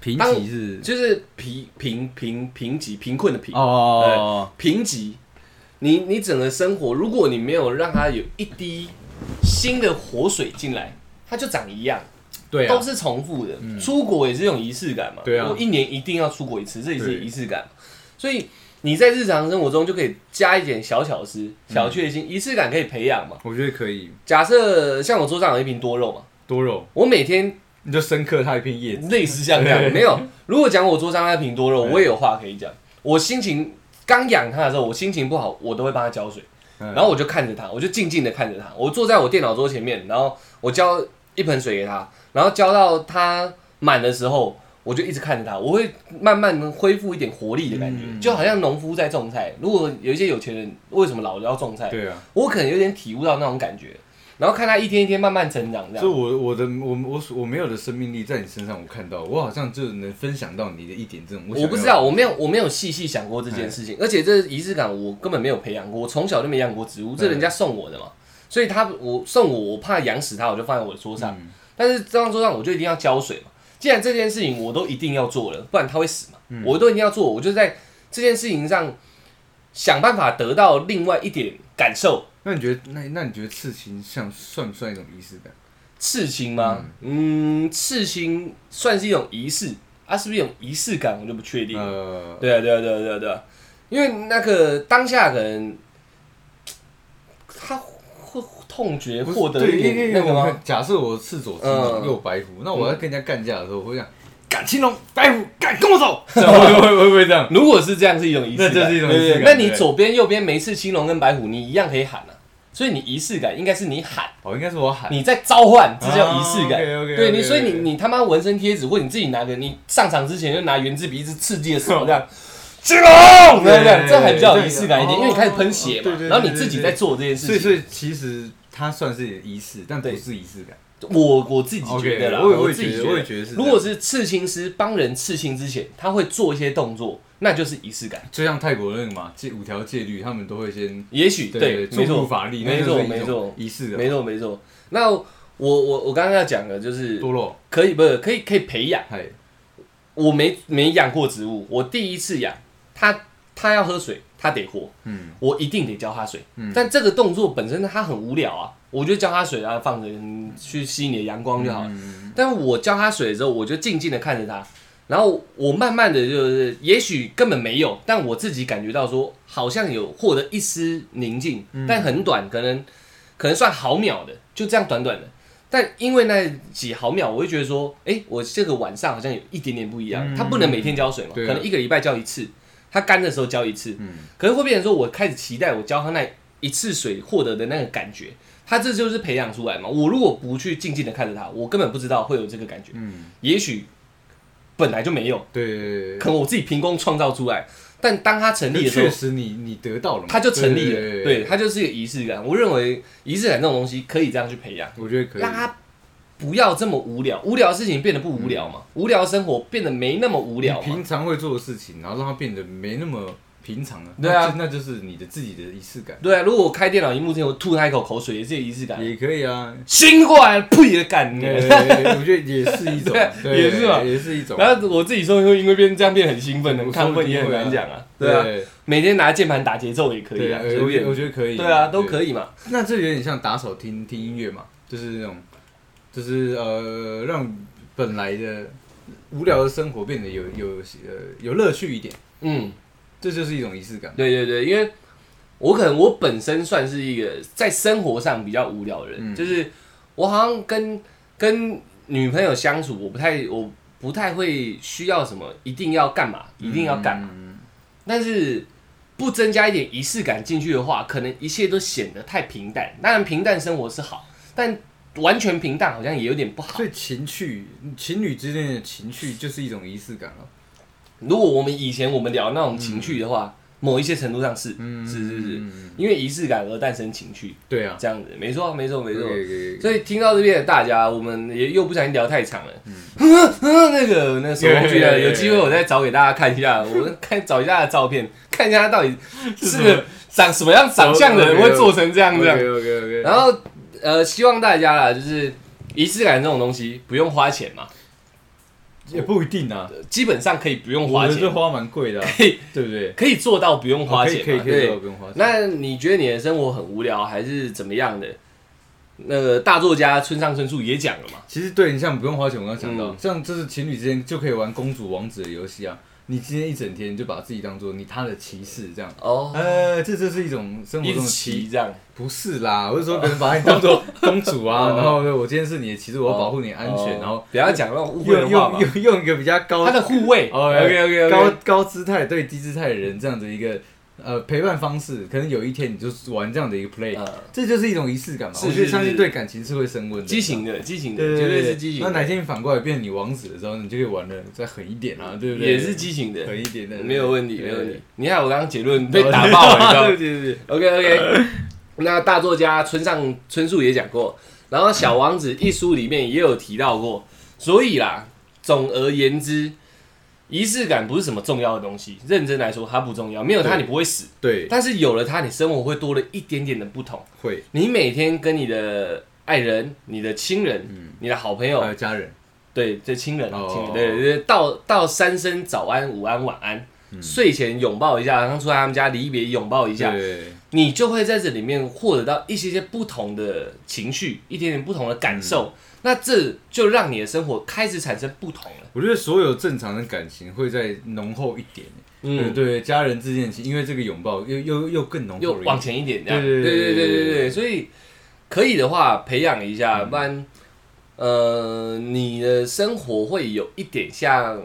Speaker 2: 贫
Speaker 1: 当
Speaker 2: 瘠是
Speaker 1: 就是贫贫贫贫瘠，贫困的贫，
Speaker 2: 哦，
Speaker 1: 贫瘠。你你整个生活，如果你没有让它有一滴新的活水进来，它就长一样。
Speaker 2: 对
Speaker 1: 都
Speaker 2: 啊，
Speaker 1: 是重复的。出国也是一种仪式感嘛，
Speaker 2: 对啊
Speaker 1: 我一年一定要出国一次，这也是
Speaker 2: 对
Speaker 1: 仪式感。所以你在日常生活中就可以加一点小巧思、小确
Speaker 2: 嗯
Speaker 1: 幸，仪式感可以培养嘛。
Speaker 2: 我觉得可以
Speaker 1: 假设像我桌上有一瓶多肉嘛，
Speaker 2: 多肉，
Speaker 1: 我每天
Speaker 2: 你就深刻它一片叶子，
Speaker 1: 类似像这样，
Speaker 2: 对
Speaker 1: 没有。如果讲我桌上那瓶多肉，
Speaker 2: 对
Speaker 1: 我也有话可以讲。我心情刚养它的时候，我心情不好，我都会帮它浇水，
Speaker 2: 然
Speaker 1: 然后我就看着它，我就静静的看着它。我坐在我电脑桌前面，然后我浇一盆水给它，然后浇到它满的时候，我就一直看着它，我会慢慢恢复一点活力的感觉，
Speaker 2: 嗯
Speaker 1: 就好像农夫在种菜。如果有一些有钱人为什么老要种菜，
Speaker 2: 对啊，
Speaker 1: 我可能有点体悟到那种感觉，然后看它一天一天慢慢成长这
Speaker 2: 所以
Speaker 1: 样。
Speaker 2: 我我的我我我没有的生命力在你身上，我看到，我好像就能分享到你的一点这种，
Speaker 1: 我
Speaker 2: 想要哎
Speaker 1: 不知道，，我没有，我没有细细想过这件事情，而且这仪式感我根本没有培养过，我从小就没养过植物，这
Speaker 2: 嗯
Speaker 1: 人家送我的嘛，所以他我送我，我怕养死它，我就放在我的桌上，
Speaker 2: 嗯
Speaker 1: 但是这张桌上我就一定要浇水嘛。既然这件事情我都一定要做了，不然它会死嘛。
Speaker 2: 嗯
Speaker 1: 我都一定要做，我就在这件事情上想办法得到另外一点感受。
Speaker 2: 那你觉得那那你觉得刺青像算不算一种仪式感？
Speaker 1: 刺青吗？嗯，刺青算是一种仪式，啊，是不是一种仪式感，我就不确定。
Speaker 2: 呃，
Speaker 1: 对啊，对啊，对啊，对啊，对啊，因为那个当下可能他会痛觉
Speaker 2: 不是
Speaker 1: 获得
Speaker 2: 对
Speaker 1: 一
Speaker 2: 因为
Speaker 1: 点
Speaker 2: 因
Speaker 1: 那
Speaker 2: 为
Speaker 1: 个
Speaker 2: 我
Speaker 1: 吗
Speaker 2: 看？假设我赤左青
Speaker 1: 嗯
Speaker 2: 龙右白虎，那我要跟人家干架的时候，我会讲敢青龙白虎，敢跟我走，这样 *laughs* 会会会不会这样？
Speaker 1: 如果是这样，是一种仪式感，
Speaker 2: 那这是一种仪式感
Speaker 1: 对对对
Speaker 2: 对
Speaker 1: 那你左边、右边没刺青龙跟白虎，你一样可以喊啊。所以你仪式感应该是你喊，
Speaker 2: *laughs* 哦，应该是我喊，
Speaker 1: 你在召唤，这叫仪式感。
Speaker 2: OK，OK，OK，
Speaker 1: 对你，所以
Speaker 2: 啊 OK，OK
Speaker 1: 你你他妈纹身贴纸，或你自己拿个，你上场之前就拿圆珠笔一直刺自己的手这
Speaker 2: *laughs*
Speaker 1: 样。青龙，对对
Speaker 2: 对
Speaker 1: 对，
Speaker 2: 对
Speaker 1: 这还比较有仪式感一点，
Speaker 2: 对对对哦
Speaker 1: 因为你开始喷血
Speaker 2: 对
Speaker 1: 嘛
Speaker 2: 对，对
Speaker 1: 然后你自己在做这件事
Speaker 2: 所以
Speaker 1: 情。
Speaker 2: 所以其实它算是仪式，但不是仪式感。
Speaker 1: 我我自己觉得啦
Speaker 2: OK，我也我也
Speaker 1: 自己
Speaker 2: 觉得我也觉得是这
Speaker 1: 如
Speaker 2: 样
Speaker 1: 果是刺青师帮人刺青之前，他会做一些动作，那就是仪式感。
Speaker 2: 就像泰国那个嘛，戒五条戒律，他们都会先
Speaker 1: 也许
Speaker 2: 对
Speaker 1: 没
Speaker 2: 注
Speaker 1: 错，
Speaker 2: 入法力，
Speaker 1: 没错，
Speaker 2: 那就是一
Speaker 1: 没
Speaker 2: 种
Speaker 1: 错，
Speaker 2: 仪式
Speaker 1: 没
Speaker 2: 感。
Speaker 1: 错，没错。那我我我刚刚要讲的就是
Speaker 2: 多肉，
Speaker 1: 可以，不是可以可以培养。
Speaker 2: 嗨，
Speaker 1: 我没没养过植物，我第一次养它，它要喝水，它得活，
Speaker 2: 嗯，
Speaker 1: 我一定得浇它水。
Speaker 2: 嗯
Speaker 1: 但这个动作本身它很无聊啊，我就浇它水啊，放着嗯去吸你的阳光就好了。
Speaker 2: 嗯
Speaker 1: 但我浇它水之后，我就静静的看着它，然后我慢慢的就是，也许根本没有，但我自己感觉到说，好像有获得一丝宁静，
Speaker 2: 嗯
Speaker 1: 但很短，可能可能算毫秒的，就这样短短的。但因为那几毫秒，我会觉得说，哎、我这个晚上好像有一点点不一样。
Speaker 2: 嗯
Speaker 1: 它不能每天浇水嘛，
Speaker 2: 对啊
Speaker 1: 可能一个礼拜浇一次，它干的时候浇一次。
Speaker 2: 嗯
Speaker 1: 可是会变成说，我开始期待我浇它那一次水获得的那个感觉，它这就是培养出来嘛。我如果不去静静的看着它，我根本不知道会有这个感觉。
Speaker 2: 嗯，
Speaker 1: 也许本来就没有，
Speaker 2: 对对对
Speaker 1: 可能我自己凭空创造出来。但当它成立
Speaker 2: 对，
Speaker 1: 的时
Speaker 2: 确
Speaker 1: 候，
Speaker 2: 实你你得到了嘛，
Speaker 1: 它就成立
Speaker 2: 对
Speaker 1: 了。
Speaker 2: 对
Speaker 1: 对，，它就是一个仪式感。我认为仪式感这种东西可以这样去培养，
Speaker 2: 我觉得可以
Speaker 1: 让。它不要这么无聊，无聊的事情变得不无
Speaker 2: 嗯
Speaker 1: 聊嘛，无聊的生活变得没那么无
Speaker 2: 无
Speaker 1: 聊嘛。
Speaker 2: 平常会做的事情，然后让它变得没那么平常啊，
Speaker 1: 对啊
Speaker 2: 那就那就是你的自己的仪式感，
Speaker 1: 对啊，如果我开电脑荧幕之前我吐他一口口水，也是有仪式感。
Speaker 2: 也可
Speaker 1: *laughs*
Speaker 2: 以啊。
Speaker 1: 醒过来，呸的感
Speaker 2: 对，
Speaker 1: 觉。
Speaker 2: 我觉得也是一种
Speaker 1: 对，啊
Speaker 2: 对
Speaker 1: 也是嘛
Speaker 2: 也是一种。
Speaker 1: 然后我自己说会因为变这样变很兴奋，很亢奋也很难讲啊。对啊，
Speaker 2: 对
Speaker 1: 每天拿键盘打节奏也可以
Speaker 2: 对
Speaker 1: 啊，
Speaker 2: 啊，
Speaker 1: 随
Speaker 2: 我觉
Speaker 1: 便
Speaker 2: 得我。觉得可以。
Speaker 1: 对啊，都可
Speaker 2: 以。
Speaker 1: 以嘛。
Speaker 2: 那这有点像打扫听听音乐嘛，就是那种，就是呃，让本来的无聊的生活变得有有呃有乐趣一点，
Speaker 1: 嗯，
Speaker 2: 这就是一种仪式感。
Speaker 1: 对对对，因为我可能我本身算是一个在生活上比较无聊的人，
Speaker 2: 嗯
Speaker 1: 就是我好像跟跟女朋友相处，我不太我不太会需要什么一定要干嘛，一定要干嘛。
Speaker 2: 嗯
Speaker 1: 但是不增加一点仪式感进去的话，可能一切都显得太平淡。当然，平淡生活是好，但完全平淡好像也有点不好
Speaker 2: 所。以情趣，情侣之间的情趣就是一种仪式感了。
Speaker 1: 如果我们以前我们聊那种情趣的话，某一些程度上是，
Speaker 2: 嗯
Speaker 1: 是是是，
Speaker 2: 嗯
Speaker 1: 因为仪式感而诞生情趣，
Speaker 2: 对啊，
Speaker 1: 这样子，没错，没错，没错。
Speaker 2: 可以可以可以
Speaker 1: 所以听到这边的大家，我们也又不小心聊太长了。嗯 *laughs* 那个那手工具呢？
Speaker 2: 对对对对
Speaker 1: 啊有机会我再找给大家看一下，我们看找一下他的照片，看一下他到底
Speaker 2: *laughs*
Speaker 1: 是个长什么样长相的人，
Speaker 2: 手工
Speaker 1: 会做成这样这样。
Speaker 2: OK OK
Speaker 1: 然后呃，希望大家啦，就是仪式感这种东西不用花钱嘛，
Speaker 2: 也不一定啊，
Speaker 1: 基本上可以不用
Speaker 2: 我
Speaker 1: 花
Speaker 2: 的
Speaker 1: 钱
Speaker 2: 这，花蛮贵的啊，
Speaker 1: 可以
Speaker 2: 对不对？
Speaker 1: 可以做到不用 *laughs* 花钱
Speaker 2: 哦
Speaker 1: 嘛，
Speaker 2: 可以可以可以
Speaker 1: 对
Speaker 2: 做，不用花钱。
Speaker 1: 那你觉得你的生活很无聊，还是怎么样的？那个大作家村上春树也讲了嘛，
Speaker 2: 其实对你像不用花钱，我刚刚讲到，
Speaker 1: 嗯
Speaker 2: 像这是情侣之间就可以玩公主王子的游戏啊。你今天一整天就把自己当做你他的骑士这样，
Speaker 1: 哦，
Speaker 2: 呃，这就是一种生活
Speaker 1: 一
Speaker 2: 中
Speaker 1: 直
Speaker 2: 的
Speaker 1: 骑
Speaker 2: 骑，
Speaker 1: 这样，
Speaker 2: 不是啦，我是说可能把你当做公主啊，
Speaker 1: 哦
Speaker 2: 然后呢我今天是你的骑士，我要保护你的安全，
Speaker 1: 哦
Speaker 2: 然后
Speaker 1: 不要讲那种误会的
Speaker 2: 用
Speaker 1: 话嘛。
Speaker 2: 用用用一个比较高
Speaker 1: 他的护卫
Speaker 2: 哦
Speaker 1: ，OK OK
Speaker 2: 高
Speaker 1: OK，
Speaker 2: 高姿态对低姿态的人这样的一个呃陪伴方式，可能有一天你就是玩这样的一个 play，、这就是一种仪式感嘛。
Speaker 1: 嗯是
Speaker 2: 我觉得
Speaker 1: 是
Speaker 2: 相信
Speaker 1: 是
Speaker 2: 对感情是会升温的，
Speaker 1: 激情的，激情的，
Speaker 2: 对，对
Speaker 1: 绝
Speaker 2: 对
Speaker 1: 对
Speaker 2: 对
Speaker 1: 是激情
Speaker 2: 那
Speaker 1: 的，
Speaker 2: 哪天你反过来变你王子的时候，你就可以玩的再狠一点啊，对不
Speaker 1: 嗯
Speaker 2: 对？
Speaker 1: 也是激情的，
Speaker 2: 狠一点的，
Speaker 1: 没有问题，
Speaker 2: 对
Speaker 1: 没有问题。。你看我刚刚结论被打爆了，你知道吗？OK OK，那大作家村上春树也讲过，然后《小王子》一书里面也有提到过，所以啦，总而言之，仪式感不是什么重要的东西，认真来说它不重要，没有它
Speaker 2: 对
Speaker 1: 你不会死，
Speaker 2: 对对对对，
Speaker 1: 但是有了它，你生活会多了一点点的不同。
Speaker 2: 会
Speaker 1: 你每天跟你的爱人、你的亲人、你的好朋友
Speaker 2: 还，有家人，
Speaker 1: 对，这亲人啊，
Speaker 2: 嗯呃哦
Speaker 1: 亲人，对对对，道道三声早安、午安、晚安，
Speaker 2: 嗯
Speaker 1: 睡前拥抱一下，当初他们家离别拥抱一下，
Speaker 2: 对，
Speaker 1: 你就会在这里面获得到一些些不同的情绪，一点点不同的感受，
Speaker 2: 嗯
Speaker 1: 那这就让你的生活开始产生不同了。
Speaker 2: 我觉得所有正常的感情会再浓厚一点。嗯，
Speaker 1: 嗯，
Speaker 2: 对，家人之间的情，因为这个拥抱又又又更浓厚
Speaker 1: 又
Speaker 2: 了一
Speaker 1: 往
Speaker 2: 点
Speaker 1: 前一点，这样，对
Speaker 2: 对对
Speaker 1: 对对
Speaker 2: 对
Speaker 1: 对
Speaker 2: 对
Speaker 1: 对，嗯所以可以的话培养一下，不然，呃，你的生活会有一点像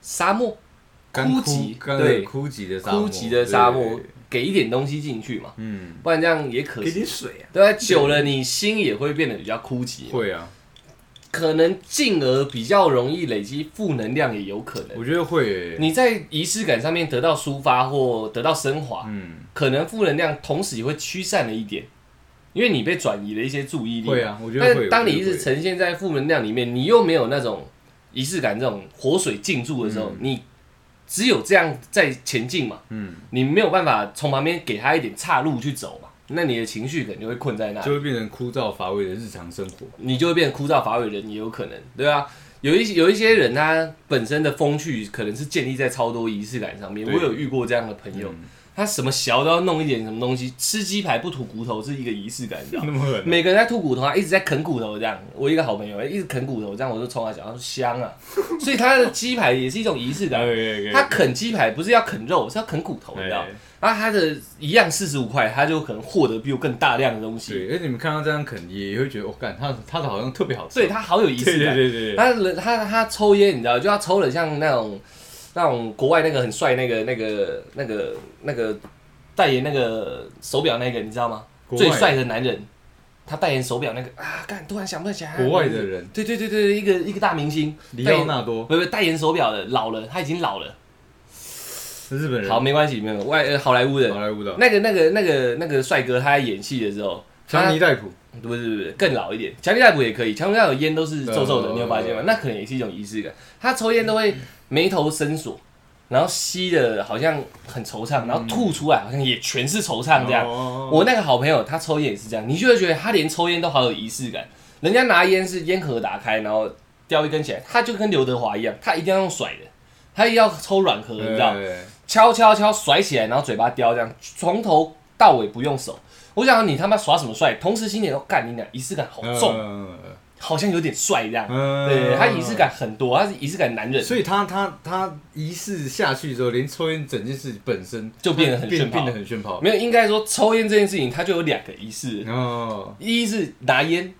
Speaker 1: 沙漠。
Speaker 2: 干
Speaker 1: 枯竭
Speaker 2: 干
Speaker 1: 对
Speaker 2: 枯竭的沙漠，
Speaker 1: 枯竭的沙
Speaker 2: 对
Speaker 1: 漠，，给一点东西进去嘛，
Speaker 2: 嗯，
Speaker 1: 不然这样也可
Speaker 3: 给
Speaker 1: 惜。
Speaker 3: 点水啊，
Speaker 1: 对啊，久了你心也会变得比较枯竭，
Speaker 2: 会啊，
Speaker 1: 可能进而比较容易累积负能量，也有可能。
Speaker 2: 我觉得会欸，
Speaker 1: 你在仪式感上面得到抒发或得到升华，
Speaker 2: 嗯，
Speaker 1: 可能负能量同时也会驱散了一点，因为你被转移了一些注意力。
Speaker 2: 会啊，我觉
Speaker 1: 但
Speaker 2: 得
Speaker 1: 是
Speaker 2: 会。
Speaker 1: 当你
Speaker 2: 我
Speaker 1: 一
Speaker 2: 觉得
Speaker 1: 直
Speaker 2: 会
Speaker 1: 呈现在负能量里面，你又没有那种仪式感、这种活水进驻的时候，你只有这样在前进嘛，
Speaker 2: 嗯，
Speaker 1: 你没有办法从旁边给他一点岔路去走嘛，那你的情绪可能就会困在那里，
Speaker 2: 就会变成枯燥乏味的日常生活，
Speaker 1: 你就会变得枯燥乏味人，也有可能，对啊。有一些有一些人，他本身的风趣可能是建立在超多仪式感上面。我
Speaker 2: 对嗯
Speaker 1: 有遇过这样的朋友，他什么小都要弄一点什么东西，吃鸡排不吐骨头是一个仪式感，你知道吗？
Speaker 2: *laughs* 那么狠啊，
Speaker 1: 每个人在吐骨头啊，一直在啃骨头这样。我一个好朋友一直啃骨头，这样我就冲他讲，他说香啊， *laughs* 所以他的鸡排也是一种仪式感。
Speaker 2: 对
Speaker 1: 他啃鸡排不是要啃肉，是要啃骨头，你知道吗？然后他的一样四十五块，他就可能获得比我更大量的东西，
Speaker 2: 对，而且你们看到这样啃，也会觉得，我、干，他他的好像特别好吃，
Speaker 1: 所以他好有仪式感。
Speaker 2: 对对对，
Speaker 1: 他人他他抽烟，你知道，就要抽的像那种那种国外那个很帅那个那个那个那个代言那个手表那个，你知道吗？
Speaker 2: 国外
Speaker 1: 最帅的男人，他代言手表那个啊，干突然想不起来。
Speaker 2: 国外的人，
Speaker 1: 对对对对，一个一个大明星，
Speaker 2: 里
Speaker 1: 代
Speaker 2: 奥
Speaker 1: 言
Speaker 2: 纳多
Speaker 1: 不不代言手表的，老了，他已经老了。
Speaker 2: 日本人，
Speaker 1: 好，没关系，没有外呃好莱坞
Speaker 2: 好
Speaker 1: 的
Speaker 2: 莱坞的
Speaker 1: 那个那个那个那个帅哥，他在演戏的时候，
Speaker 2: 强尼
Speaker 1: 他
Speaker 2: 戴普，
Speaker 1: 不是不是不是更老一点，强尼戴普也可以，强尼戴普烟都是皱皱的，
Speaker 2: 呃
Speaker 1: 你有发现吗？
Speaker 2: 呃
Speaker 1: 那可能也是一种仪式感，他抽烟都会眉头深锁，然后吸的好像很惆怅，然后吐出来好像也全是惆怅这样。
Speaker 3: 哦
Speaker 1: 我那个好朋友他抽烟也是这样，你就会觉得他连抽烟都好有仪式感。人家拿烟是烟盒打开，然后叼一根起来，他就跟刘德华一样，他一定要用甩的，他一定要抽软盒，你知道吗？
Speaker 2: 对
Speaker 1: 敲敲敲甩起来，然后嘴巴叼这样，从头到尾不用手。我想你他妈耍什么帅？同时心里都干你俩仪式感好重，
Speaker 2: 嗯
Speaker 1: 好像有点帅这样。
Speaker 2: 嗯
Speaker 1: 对，他仪式感很多，他是仪式感男人，
Speaker 2: 所以他他他仪式下去之后，连抽烟整件事情本身
Speaker 1: 就变得很
Speaker 2: 变
Speaker 1: 炫炮
Speaker 2: 变得很炫炮。
Speaker 1: 没有应该说抽烟这件事情，它就有两个仪式，
Speaker 2: 哦，
Speaker 1: 一是拿烟，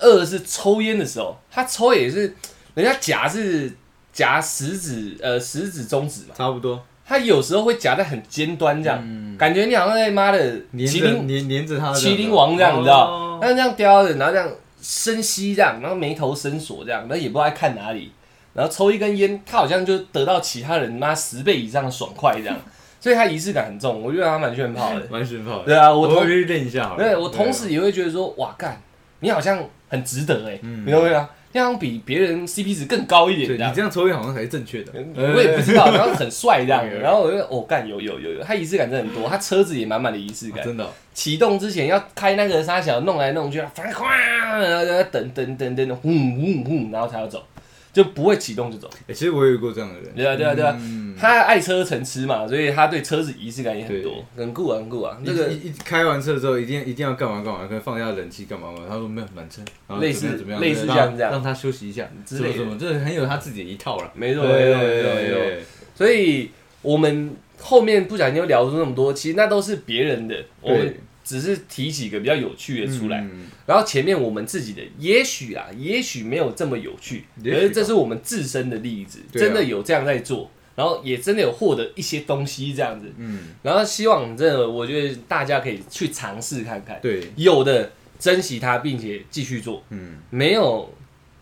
Speaker 1: 二是抽烟的时候，他抽也是人家夹是夹食指呃食指中指嘛，
Speaker 2: 差不多，
Speaker 1: 他有时候会夹在很尖端这样，感觉你好像在妈的
Speaker 2: 嗯黏
Speaker 1: 麒
Speaker 2: 着
Speaker 1: 麟
Speaker 2: 黏黏着他的
Speaker 1: 麒麟王这样，你知道
Speaker 2: 哦？
Speaker 1: 他这样叼着，然后这样深吸这样，然后眉头深锁这样，然后也不知道在看哪里，然后抽一根烟，他好像就得到其他人妈十倍以上的爽快
Speaker 2: *laughs*
Speaker 1: 这样，所以他仪式感很重，我觉得他蛮炫炮的。
Speaker 2: 蛮炫炮的。
Speaker 1: 对啊，我
Speaker 2: 我
Speaker 1: 同
Speaker 2: 去练一下好了。啊
Speaker 1: 对我同时也会觉得说，哇干，你好像很值得哎、你懂我意思吗？那样比别人 CP 值更高一点
Speaker 2: 嗯对
Speaker 1: 这
Speaker 2: 你
Speaker 1: 样嗯
Speaker 2: 这。样抽烟好像才是正确的。哎
Speaker 1: 我也不知
Speaker 2: *laughs*
Speaker 1: 道，然后很帅这样，
Speaker 2: 对
Speaker 1: 然后我就哦干有有有有，他仪式感真的很多，他车子也满满的仪式感
Speaker 2: 啊，真的哦，
Speaker 1: 启动之前要开那个沙小，弄来弄去，反正哗，然后就要等等等等，轰轰轰，然后才要走，就不会启动就走。
Speaker 2: 欸其实我也有过这样的人。
Speaker 1: 对啊，对啊，对啊，
Speaker 2: 嗯，
Speaker 1: 他爱车成痴嘛，所以他对车子仪式感也很多
Speaker 2: 对，
Speaker 1: 很酷啊，很酷啊。
Speaker 2: 一
Speaker 1: 这个
Speaker 2: 一一开完车之后，一定一定要干嘛干嘛，可能放下冷气干嘛嘛。他说没有暖车，然后
Speaker 1: 类似
Speaker 2: 怎么样怎么样，
Speaker 1: 类似
Speaker 2: 让
Speaker 1: 像这样
Speaker 2: 让他休息一下，
Speaker 1: 之
Speaker 2: 什么
Speaker 1: 类的
Speaker 2: 什么，这很有他自己的一套了。
Speaker 1: 没错，
Speaker 2: 对
Speaker 1: 没错，没错，没错。
Speaker 2: 对
Speaker 1: 所以我们后面不小心又聊出那么多，其实那都是别人的，我们
Speaker 2: 对
Speaker 1: 只是提几个比较有趣的出来。
Speaker 2: 嗯
Speaker 1: 然后前面我们自己的，也许啊，也许没有这么有趣，可
Speaker 2: 也许吧
Speaker 1: 是这是我们自身的例子，
Speaker 2: 对啊
Speaker 1: 真的有这样在做，然后也真的有获得一些东西这样子。
Speaker 2: 嗯，
Speaker 1: 然后希望真的，我觉得大家可以去尝试看看，
Speaker 2: 对，
Speaker 1: 有的珍惜它，并且继续做；
Speaker 2: 嗯
Speaker 1: 没有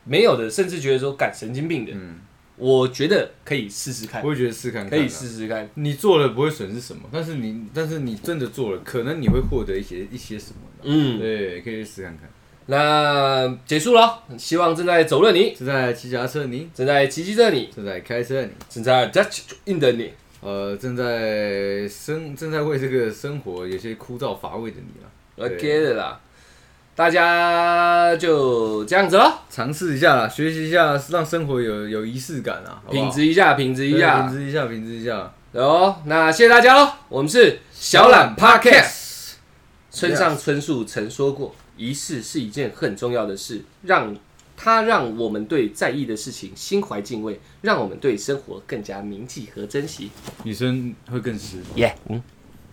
Speaker 1: 没有的，甚至觉得说干神经病的，
Speaker 2: 嗯，
Speaker 1: 我觉得可以试试看
Speaker 2: 我，也啊觉得试看
Speaker 1: 可
Speaker 2: 看，
Speaker 1: 以试。试看。
Speaker 2: 你做了不会损失什么，但是你但是你真的做了，可能你会获得一些一些什么的。
Speaker 1: 嗯，
Speaker 2: 对，可以试看看。
Speaker 1: 那结束了，希望正在走路的你，
Speaker 2: 是在骑脚踏车的你，
Speaker 1: 正在骑机车的你，
Speaker 2: 正在开车的你，
Speaker 1: 正在 Dutch in 的你。
Speaker 2: 呃，正在生正在为这个生活有些枯燥乏味的你啊，
Speaker 1: OK
Speaker 2: 对
Speaker 1: 的啦，大家就这样子了，
Speaker 2: 尝试一下啦，学习一下，让生活有有仪式感啊，好不好
Speaker 1: 品质一下，品质一
Speaker 2: 对
Speaker 1: 下
Speaker 2: 品，质一下，品质一下。
Speaker 1: 哦，那谢谢大家喽，我们是小懒 Podcast。村上春树曾说过，仪式是一件很重要的事，让它让我们对在意的事情心怀敬畏，让我们对生活更加铭记和珍惜。
Speaker 2: 女生会更湿。
Speaker 1: 耶、嗯，